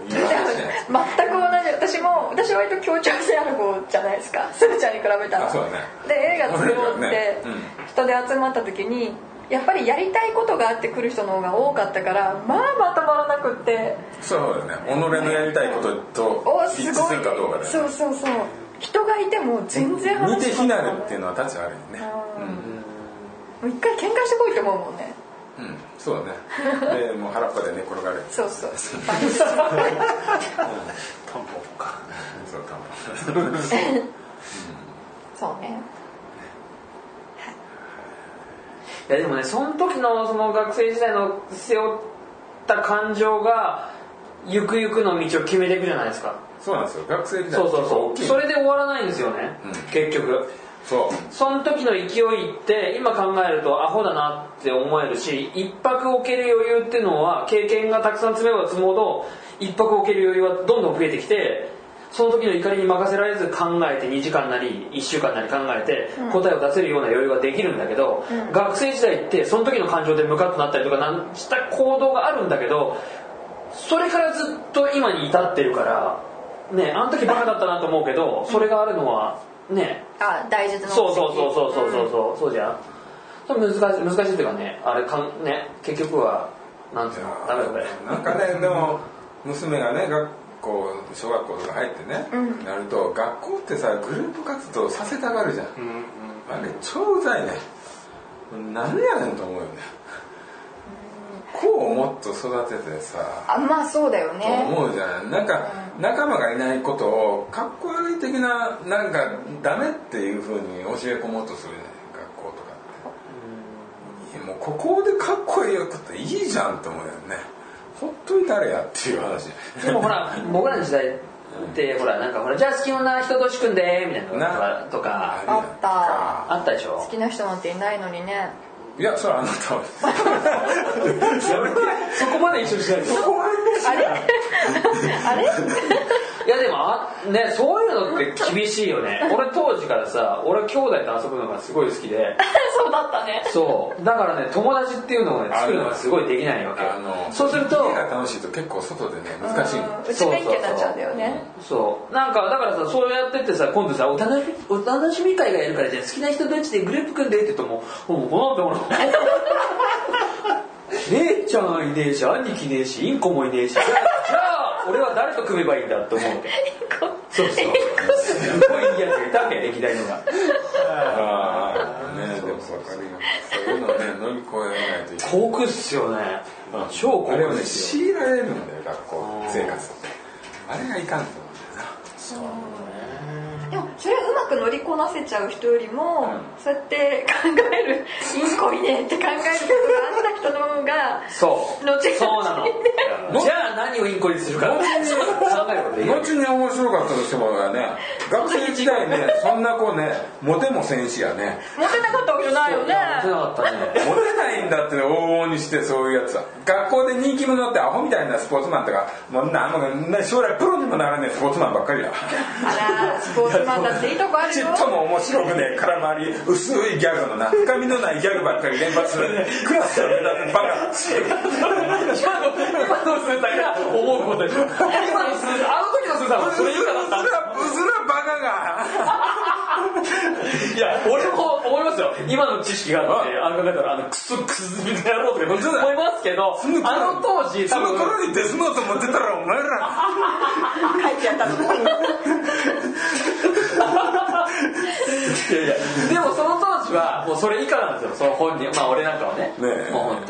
[SPEAKER 1] って言い訳してない
[SPEAKER 2] 全く同じ私も私は割と協調性ある方じゃないですかすずちゃんに比べ たら
[SPEAKER 1] あそうだね
[SPEAKER 2] で映画作ろうっ
[SPEAKER 1] 俺らねう
[SPEAKER 2] て
[SPEAKER 1] ん
[SPEAKER 2] 人で集まった時にやっぱりやりたいことがあって来る人の方が多かったからまあまとまらなくって
[SPEAKER 1] そうだね己のやりたいことと
[SPEAKER 2] お
[SPEAKER 1] 一
[SPEAKER 2] す
[SPEAKER 1] 致
[SPEAKER 2] ご
[SPEAKER 1] す
[SPEAKER 2] い
[SPEAKER 1] るかどうかだよね
[SPEAKER 2] そうそうそう人がいても全然
[SPEAKER 1] 似
[SPEAKER 2] 話
[SPEAKER 1] て
[SPEAKER 2] し
[SPEAKER 1] 非
[SPEAKER 2] な
[SPEAKER 1] な
[SPEAKER 2] か
[SPEAKER 1] る
[SPEAKER 2] っ
[SPEAKER 1] っていうのは立ち悪いね
[SPEAKER 2] たもう一回喧嘩してこいと思うもんね
[SPEAKER 1] うん、うん、そうだねでもう腹っぱで寝転がる
[SPEAKER 2] そうそう
[SPEAKER 4] タンポポか
[SPEAKER 1] そうかも
[SPEAKER 2] そうね
[SPEAKER 5] いやでもねその時のその学生時代の背負った感情がゆくゆくの道を決めていくじゃないですか
[SPEAKER 1] そうなんですよ学生時代
[SPEAKER 5] そうそう
[SPEAKER 1] 大
[SPEAKER 5] そう
[SPEAKER 1] きい
[SPEAKER 5] それで終わらないんですよね、
[SPEAKER 1] うん
[SPEAKER 5] 結局
[SPEAKER 1] そう
[SPEAKER 5] その時の勢いって今考えるとアホだなって思えるし一泊置ける余裕っていうのは経験がたくさん積めば積むほど一泊置ける余裕はどんどん増えてきてその時の怒りに任せられず考えて2時間なり1週間なり考えて答えを出せるような余裕ができるんだけど、学生時代ってその時の感情でムカッとなったりとかなんした行動があるんだけどそれからずっと今に至ってるからねあの時バカだったなと思うけどそれがあるのはね
[SPEAKER 2] あ大術の
[SPEAKER 5] そうそうそうそうそうそうそう、そうじゃんそれ難しい難しいっていうかねあれかんね結局はなんていうのダメだこれ
[SPEAKER 1] なんかねでも娘がね学校小学校とか入ってね、なると学校ってさグループ活動させたがるじゃん、あれ超うざいね何やねんと思うよね、こうもっと育ててさ、
[SPEAKER 2] あまあそうだよね
[SPEAKER 1] と思うじゃんなんか仲間がいないことをかっこ悪い的ななんかダメっていうふうに教え込もうとするね学校とかって、いやもうここでかっこいいよくっていいじゃんって思うよねほっといたれやっていう話
[SPEAKER 5] でもほら僕らの時代ってほらなんかほらじゃあ好きな人としくんでみたいなの
[SPEAKER 1] な
[SPEAKER 5] がとか
[SPEAKER 1] るやんか
[SPEAKER 2] あ
[SPEAKER 5] あったでしょ
[SPEAKER 2] 好きな人なんていないのにね
[SPEAKER 1] いやそれはあなたは
[SPEAKER 5] そこまで一緒にしないと
[SPEAKER 2] あれあれ
[SPEAKER 5] いやでもあねそういうのって厳しいよね俺当時からさ俺兄弟と遊ぶのがすごい好きで
[SPEAKER 2] そうだったね
[SPEAKER 5] そうだからね友達っていうのをね作るのがすごいできないわけ
[SPEAKER 1] あの
[SPEAKER 5] そうすると
[SPEAKER 1] 家が楽しいと結構外でね難しいの
[SPEAKER 2] うんうち免許になっちゃうんだよね
[SPEAKER 5] そうなんかだからさそうやってってさ今度さお楽しみお楽しみ会がやるからじゃあ好きな人たちでグループ組んでって言うともうもうこうなってほ ら姉ちゃんいねえし兄貴いねえしインコもいねえしじゃあじゃあ俺は誰と組めばいいんだって思うわけそうそうすごいいいやつがいたわけ歴代のが
[SPEAKER 1] ああねでも分かるよそういうのね乗り越えないといけない
[SPEAKER 5] 遠くっすよね超
[SPEAKER 1] あ
[SPEAKER 5] 遠
[SPEAKER 1] れを
[SPEAKER 5] く
[SPEAKER 1] ね
[SPEAKER 5] ですよ
[SPEAKER 1] 強いられるんだよ学校生活ってあれがいかんと思うんだよ
[SPEAKER 2] でもそれをうまく乗りこなせちゃう人よりも、
[SPEAKER 1] う
[SPEAKER 2] そうやって考え るインコいねって考えることがあった人の方が
[SPEAKER 5] そ
[SPEAKER 2] 後
[SPEAKER 5] う
[SPEAKER 2] 々
[SPEAKER 5] そうなの じゃあ何をインコにするか考えることできない
[SPEAKER 1] 後に面白かったとしてもね学生時代 ねそんな子ねモテもせんしやね
[SPEAKER 2] モテなかったわけじゃないよね
[SPEAKER 5] そうなかったね
[SPEAKER 1] モテないんだって往々にしてそういうやつは学校で人気者ってアホみたいなスポーツマンとかもうなんもね将来プロにもならねえスポーツマンばっかりだ
[SPEAKER 2] あらスポーツマンだっていいとこある
[SPEAKER 1] ちっ
[SPEAKER 2] よ
[SPEAKER 1] とも面白くね空回り薄いギャグのな深みのないギャグばっかり連発するクラスの目立つバカ
[SPEAKER 5] 今の今のスーさんが思うことでしょ今のスーあの時のスーさんはそれ言うかな
[SPEAKER 1] うずらバカが
[SPEAKER 5] いや俺も思いますよ今の知識があってあの考えたらあのクソクソみたいなことか思いますけど
[SPEAKER 1] の頃
[SPEAKER 5] あの当時
[SPEAKER 1] そ
[SPEAKER 5] 多
[SPEAKER 1] の
[SPEAKER 5] 分
[SPEAKER 1] 頃にデスノート持ってたらお前ら
[SPEAKER 2] 書いてやったの
[SPEAKER 5] いやいやでもその当時はもうそれ以下なんですよその本人まあ俺なんかはね
[SPEAKER 1] ねえ
[SPEAKER 5] もう本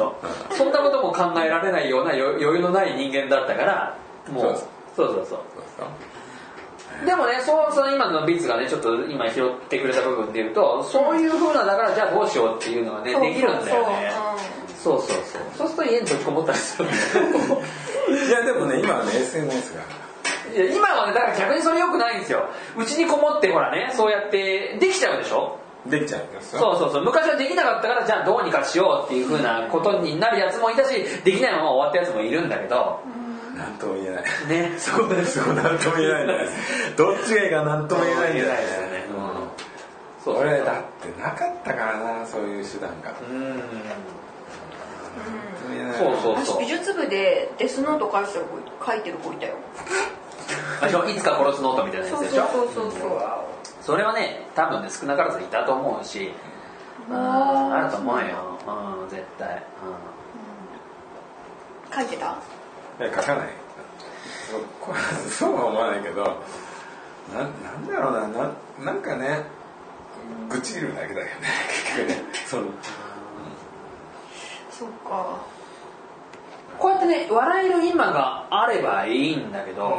[SPEAKER 5] 当そんなことも考えられないような余余裕のない人間だったからもう
[SPEAKER 1] そうです
[SPEAKER 5] そうそうそうでもねそうその今のビッツがねちょっと今拾ってくれた部分でいうとそういうふうなだからじゃあどうしようっていうのがねできるんだよね
[SPEAKER 2] そうそう
[SPEAKER 5] そうそうそうそうすると家に閉じこもったりする
[SPEAKER 1] いやでもね今はね SNS が
[SPEAKER 5] いや今はねだから逆にそれよくないんですようちにこもってほらねそうやってできちゃうでしょ
[SPEAKER 1] できちゃうんですよ
[SPEAKER 5] そうそうそう昔はできなかったからじゃあどうにかしようっていうふうなことになるやつもいたしできないまま終わったやつもいるんだけど
[SPEAKER 1] なんとも言えない
[SPEAKER 5] ね
[SPEAKER 1] そこでそこなんとも言えないですどっちがいいかなんとも言えないんだよね
[SPEAKER 5] う
[SPEAKER 1] う
[SPEAKER 5] んそ
[SPEAKER 1] ん
[SPEAKER 5] うそう
[SPEAKER 1] 俺だってなかったからなそういう手段が
[SPEAKER 5] うん
[SPEAKER 1] 言えない
[SPEAKER 5] そうそう
[SPEAKER 2] 私
[SPEAKER 5] そう
[SPEAKER 2] 美術部でデスノート書いてる子書いてる子いたよ
[SPEAKER 5] あしかもいつか殺すノートみたいなや
[SPEAKER 2] そ
[SPEAKER 5] つ
[SPEAKER 2] う
[SPEAKER 5] でし
[SPEAKER 2] そ
[SPEAKER 5] ょ
[SPEAKER 2] うそうそう
[SPEAKER 5] それはね多分ね少なからずいたと思うしうん
[SPEAKER 2] あー
[SPEAKER 5] あると思うようん絶対
[SPEAKER 2] 書いてた
[SPEAKER 1] いや書かないそこはそうは思わないけどななんだろうなななんかね愚痴るだけだよね結局ねその
[SPEAKER 2] そうか
[SPEAKER 5] こうやってね笑える今があればいいんだけど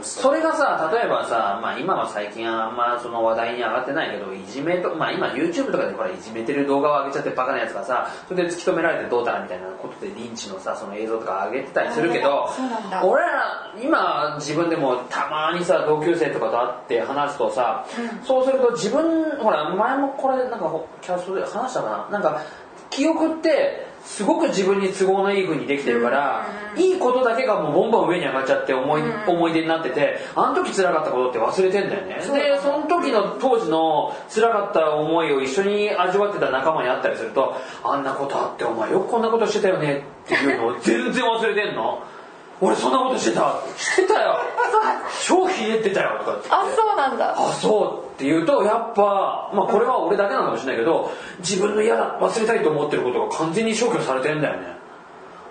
[SPEAKER 5] それがさ例えばさ、まあ、今は最近あんまその話題に上がってないけどいじめと、まあ、今 YouTube とかでほらいじめてる動画を上げちゃってるバカなやつがさそれで突き止められてどうたらみたいなことでリンチのさその映像とか上げてたりするけど
[SPEAKER 2] あそうなんだ
[SPEAKER 5] 俺ら今自分でもたまにさ同級生とかと会って話すとさ、そうすると自分ほら前もこれなんかほキャストで話したかななんか記憶ってすごく自分に都合のいい風にできてるから、いいことだけがもうボンボン上に上がっちゃって思い,、思い出になっててあの時辛かったことって忘れてんだよね
[SPEAKER 2] そうだね
[SPEAKER 5] でその時の当時の辛かった思いを一緒に味わってた仲間に会ったりするとあんなことあってお前よくこんなことしてたよねっていうのを全然忘れてんの俺そんなことしてたしてた よ超ひねってたよとかって
[SPEAKER 2] あそうなんだ
[SPEAKER 5] あそうって言うとやっぱ、まあ、これは俺だけなのかもしれないけど自分の嫌だ忘れたいと思ってることが完全に消去されてんだよね、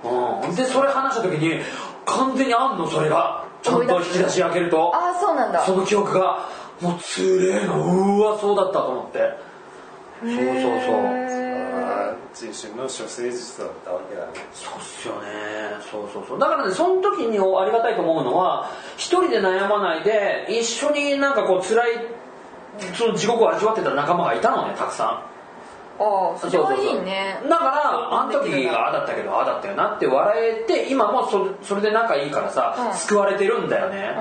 [SPEAKER 5] うん、でそれ話した時に完全にあんのそれがちゃんと引き出し開けると
[SPEAKER 2] あそうなんだ
[SPEAKER 5] その記憶がもうつれえのうわそうだったと思ってそうそうそう
[SPEAKER 6] 自身の処世術だったわけだね
[SPEAKER 5] そうっすよねそうそうそうだからねその時にありがたいと思うのは一人で悩まないで一緒になんかこう辛いその地獄を味わってた仲間がいたのねたくさん
[SPEAKER 2] あそれはいいね
[SPEAKER 5] だからあの時がああだったけどああだったよなって笑えて今もそそれで仲いいからさ、
[SPEAKER 2] うん
[SPEAKER 5] 救われてるんだよね、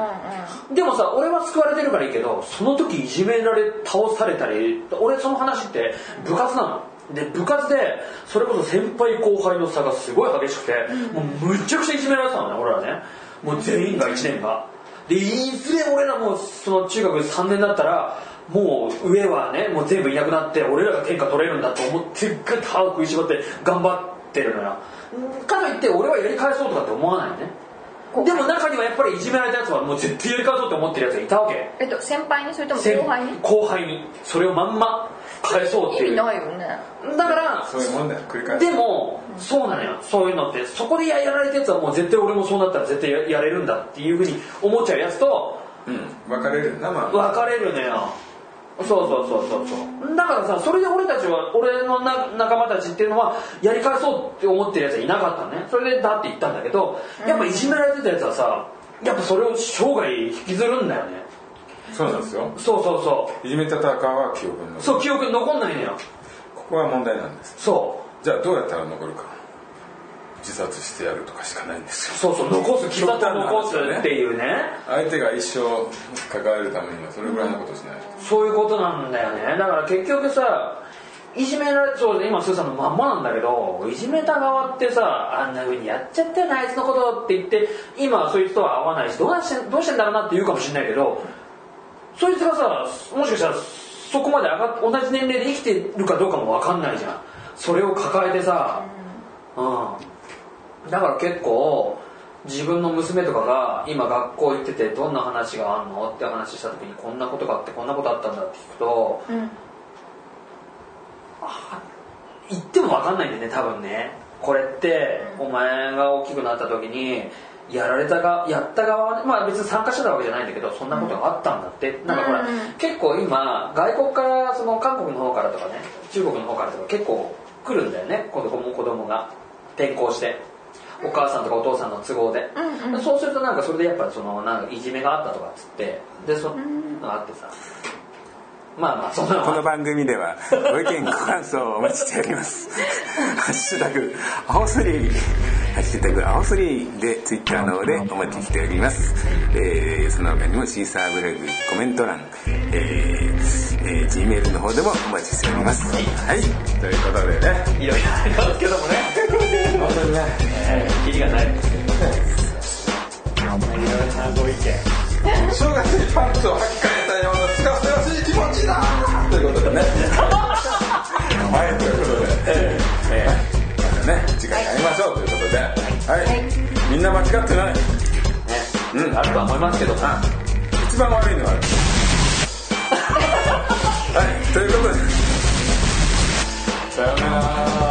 [SPEAKER 5] でもさ俺は救われてるからいいけどその時いじめられ倒されたり俺その話って部活なので部活でそれこそ先輩後輩の差がすごい激しくて、もうむちゃくちゃいじめられてたのね俺らねもう全員が1年がでいずれ俺らもその中学3年だったらもう上はねもう全部いなくなって俺らが天下取れるんだと思ってガッと歯を食いしばって頑張ってるのよかといって俺はやり返そうとかって思わないねでも中にはやっぱりいじめられたやつはもう絶対やり返そうって思ってるやつがいたわけ
[SPEAKER 2] えっと先輩にそれとも
[SPEAKER 5] 先
[SPEAKER 2] 後輩に
[SPEAKER 5] 後輩にそれをまんま返そうって
[SPEAKER 2] 意
[SPEAKER 5] い
[SPEAKER 2] 味
[SPEAKER 5] う
[SPEAKER 2] ないよね
[SPEAKER 5] だから
[SPEAKER 1] そういうもんだよ繰り返す
[SPEAKER 5] でもそうなのよそういうのってそこでやられたやつはもう絶対俺もそうなったら絶対ややれるんだっていうふうに思っちゃうやつと
[SPEAKER 1] うん別れるなまあ
[SPEAKER 5] 分かれるのよそうそうそうそうそうだからさそれで俺たちは俺のな仲間たちっていうのはやり返そうって思ってるやつはいなかったのねそれでだって言ったんだけどやっぱいじめられてたやつはさやっぱそれを生涯引きずるんだよね
[SPEAKER 1] そうなんですよ
[SPEAKER 5] そうそうそ
[SPEAKER 1] いじめたたかは記憶に残
[SPEAKER 5] う
[SPEAKER 1] る
[SPEAKER 5] そう記憶に残んないのよ
[SPEAKER 1] ここは問題なんです
[SPEAKER 5] そう
[SPEAKER 1] じゃあどうやったら残るか自殺してやるとかしかないんですよ
[SPEAKER 5] そうそう残す傷と残すっていうね
[SPEAKER 1] 相手が一生関わるためにはそれぐらいのことしないと
[SPEAKER 5] そういうことなんだよねだから結局さいじめられそう今スーさんのまんまなんだけどいじめた側ってさあんな風にやっちゃったよねあいつのことって言って今はそいつとは合わないしどうなしてどうしてんだろうなって言うかもしれないけどそいつがさもしかしたらそこまで上がっ同じ年齢で生きてるかどうかも分かんないじゃんそれを抱えてさ、うん、だから結構自分の娘とかが今学校行っててどんな話があんのって話した時にこんなことがあってこんなことあったんだって聞くと、
[SPEAKER 2] うん
[SPEAKER 5] 言っても分かんないんだよね多分ねこれってお前が大きくなった時にやられたがやった側はねまあ別に参加してたわけじゃないんだけどそんなことがあったんだって、なんかほら、
[SPEAKER 2] うん
[SPEAKER 5] 結構今外国からその韓国の方からとかね中国の方からとか結構来るんだよね子供子供が転校してお母さんとかお父さんの都合で、
[SPEAKER 2] うんうん
[SPEAKER 5] そうするとなんかそれでやっぱそのなんかいじめがあったとかっつってでそ、なんかあってさまあまあそんなの
[SPEAKER 1] この番組ではご意見ご感想をお待ちしております ハッシュタグアホスリーハッシュタグアホスリーでツイッターの方でお待ちしております、えーその他にもシーサーブログコメント欄えーえー G メールの方でもお待ちしておりますはい
[SPEAKER 4] ということでね
[SPEAKER 5] いろいろありますけどもね本当にねええキリがないですけど
[SPEAKER 4] 正月にパンツを履き替えたようなすがすがしい気持ちだということでねはいということで、ええまたね次回やりましょうということではい、みんな間違ってない
[SPEAKER 5] あるとは思いますけども
[SPEAKER 4] 一番悪いのはあるはいということでさようなら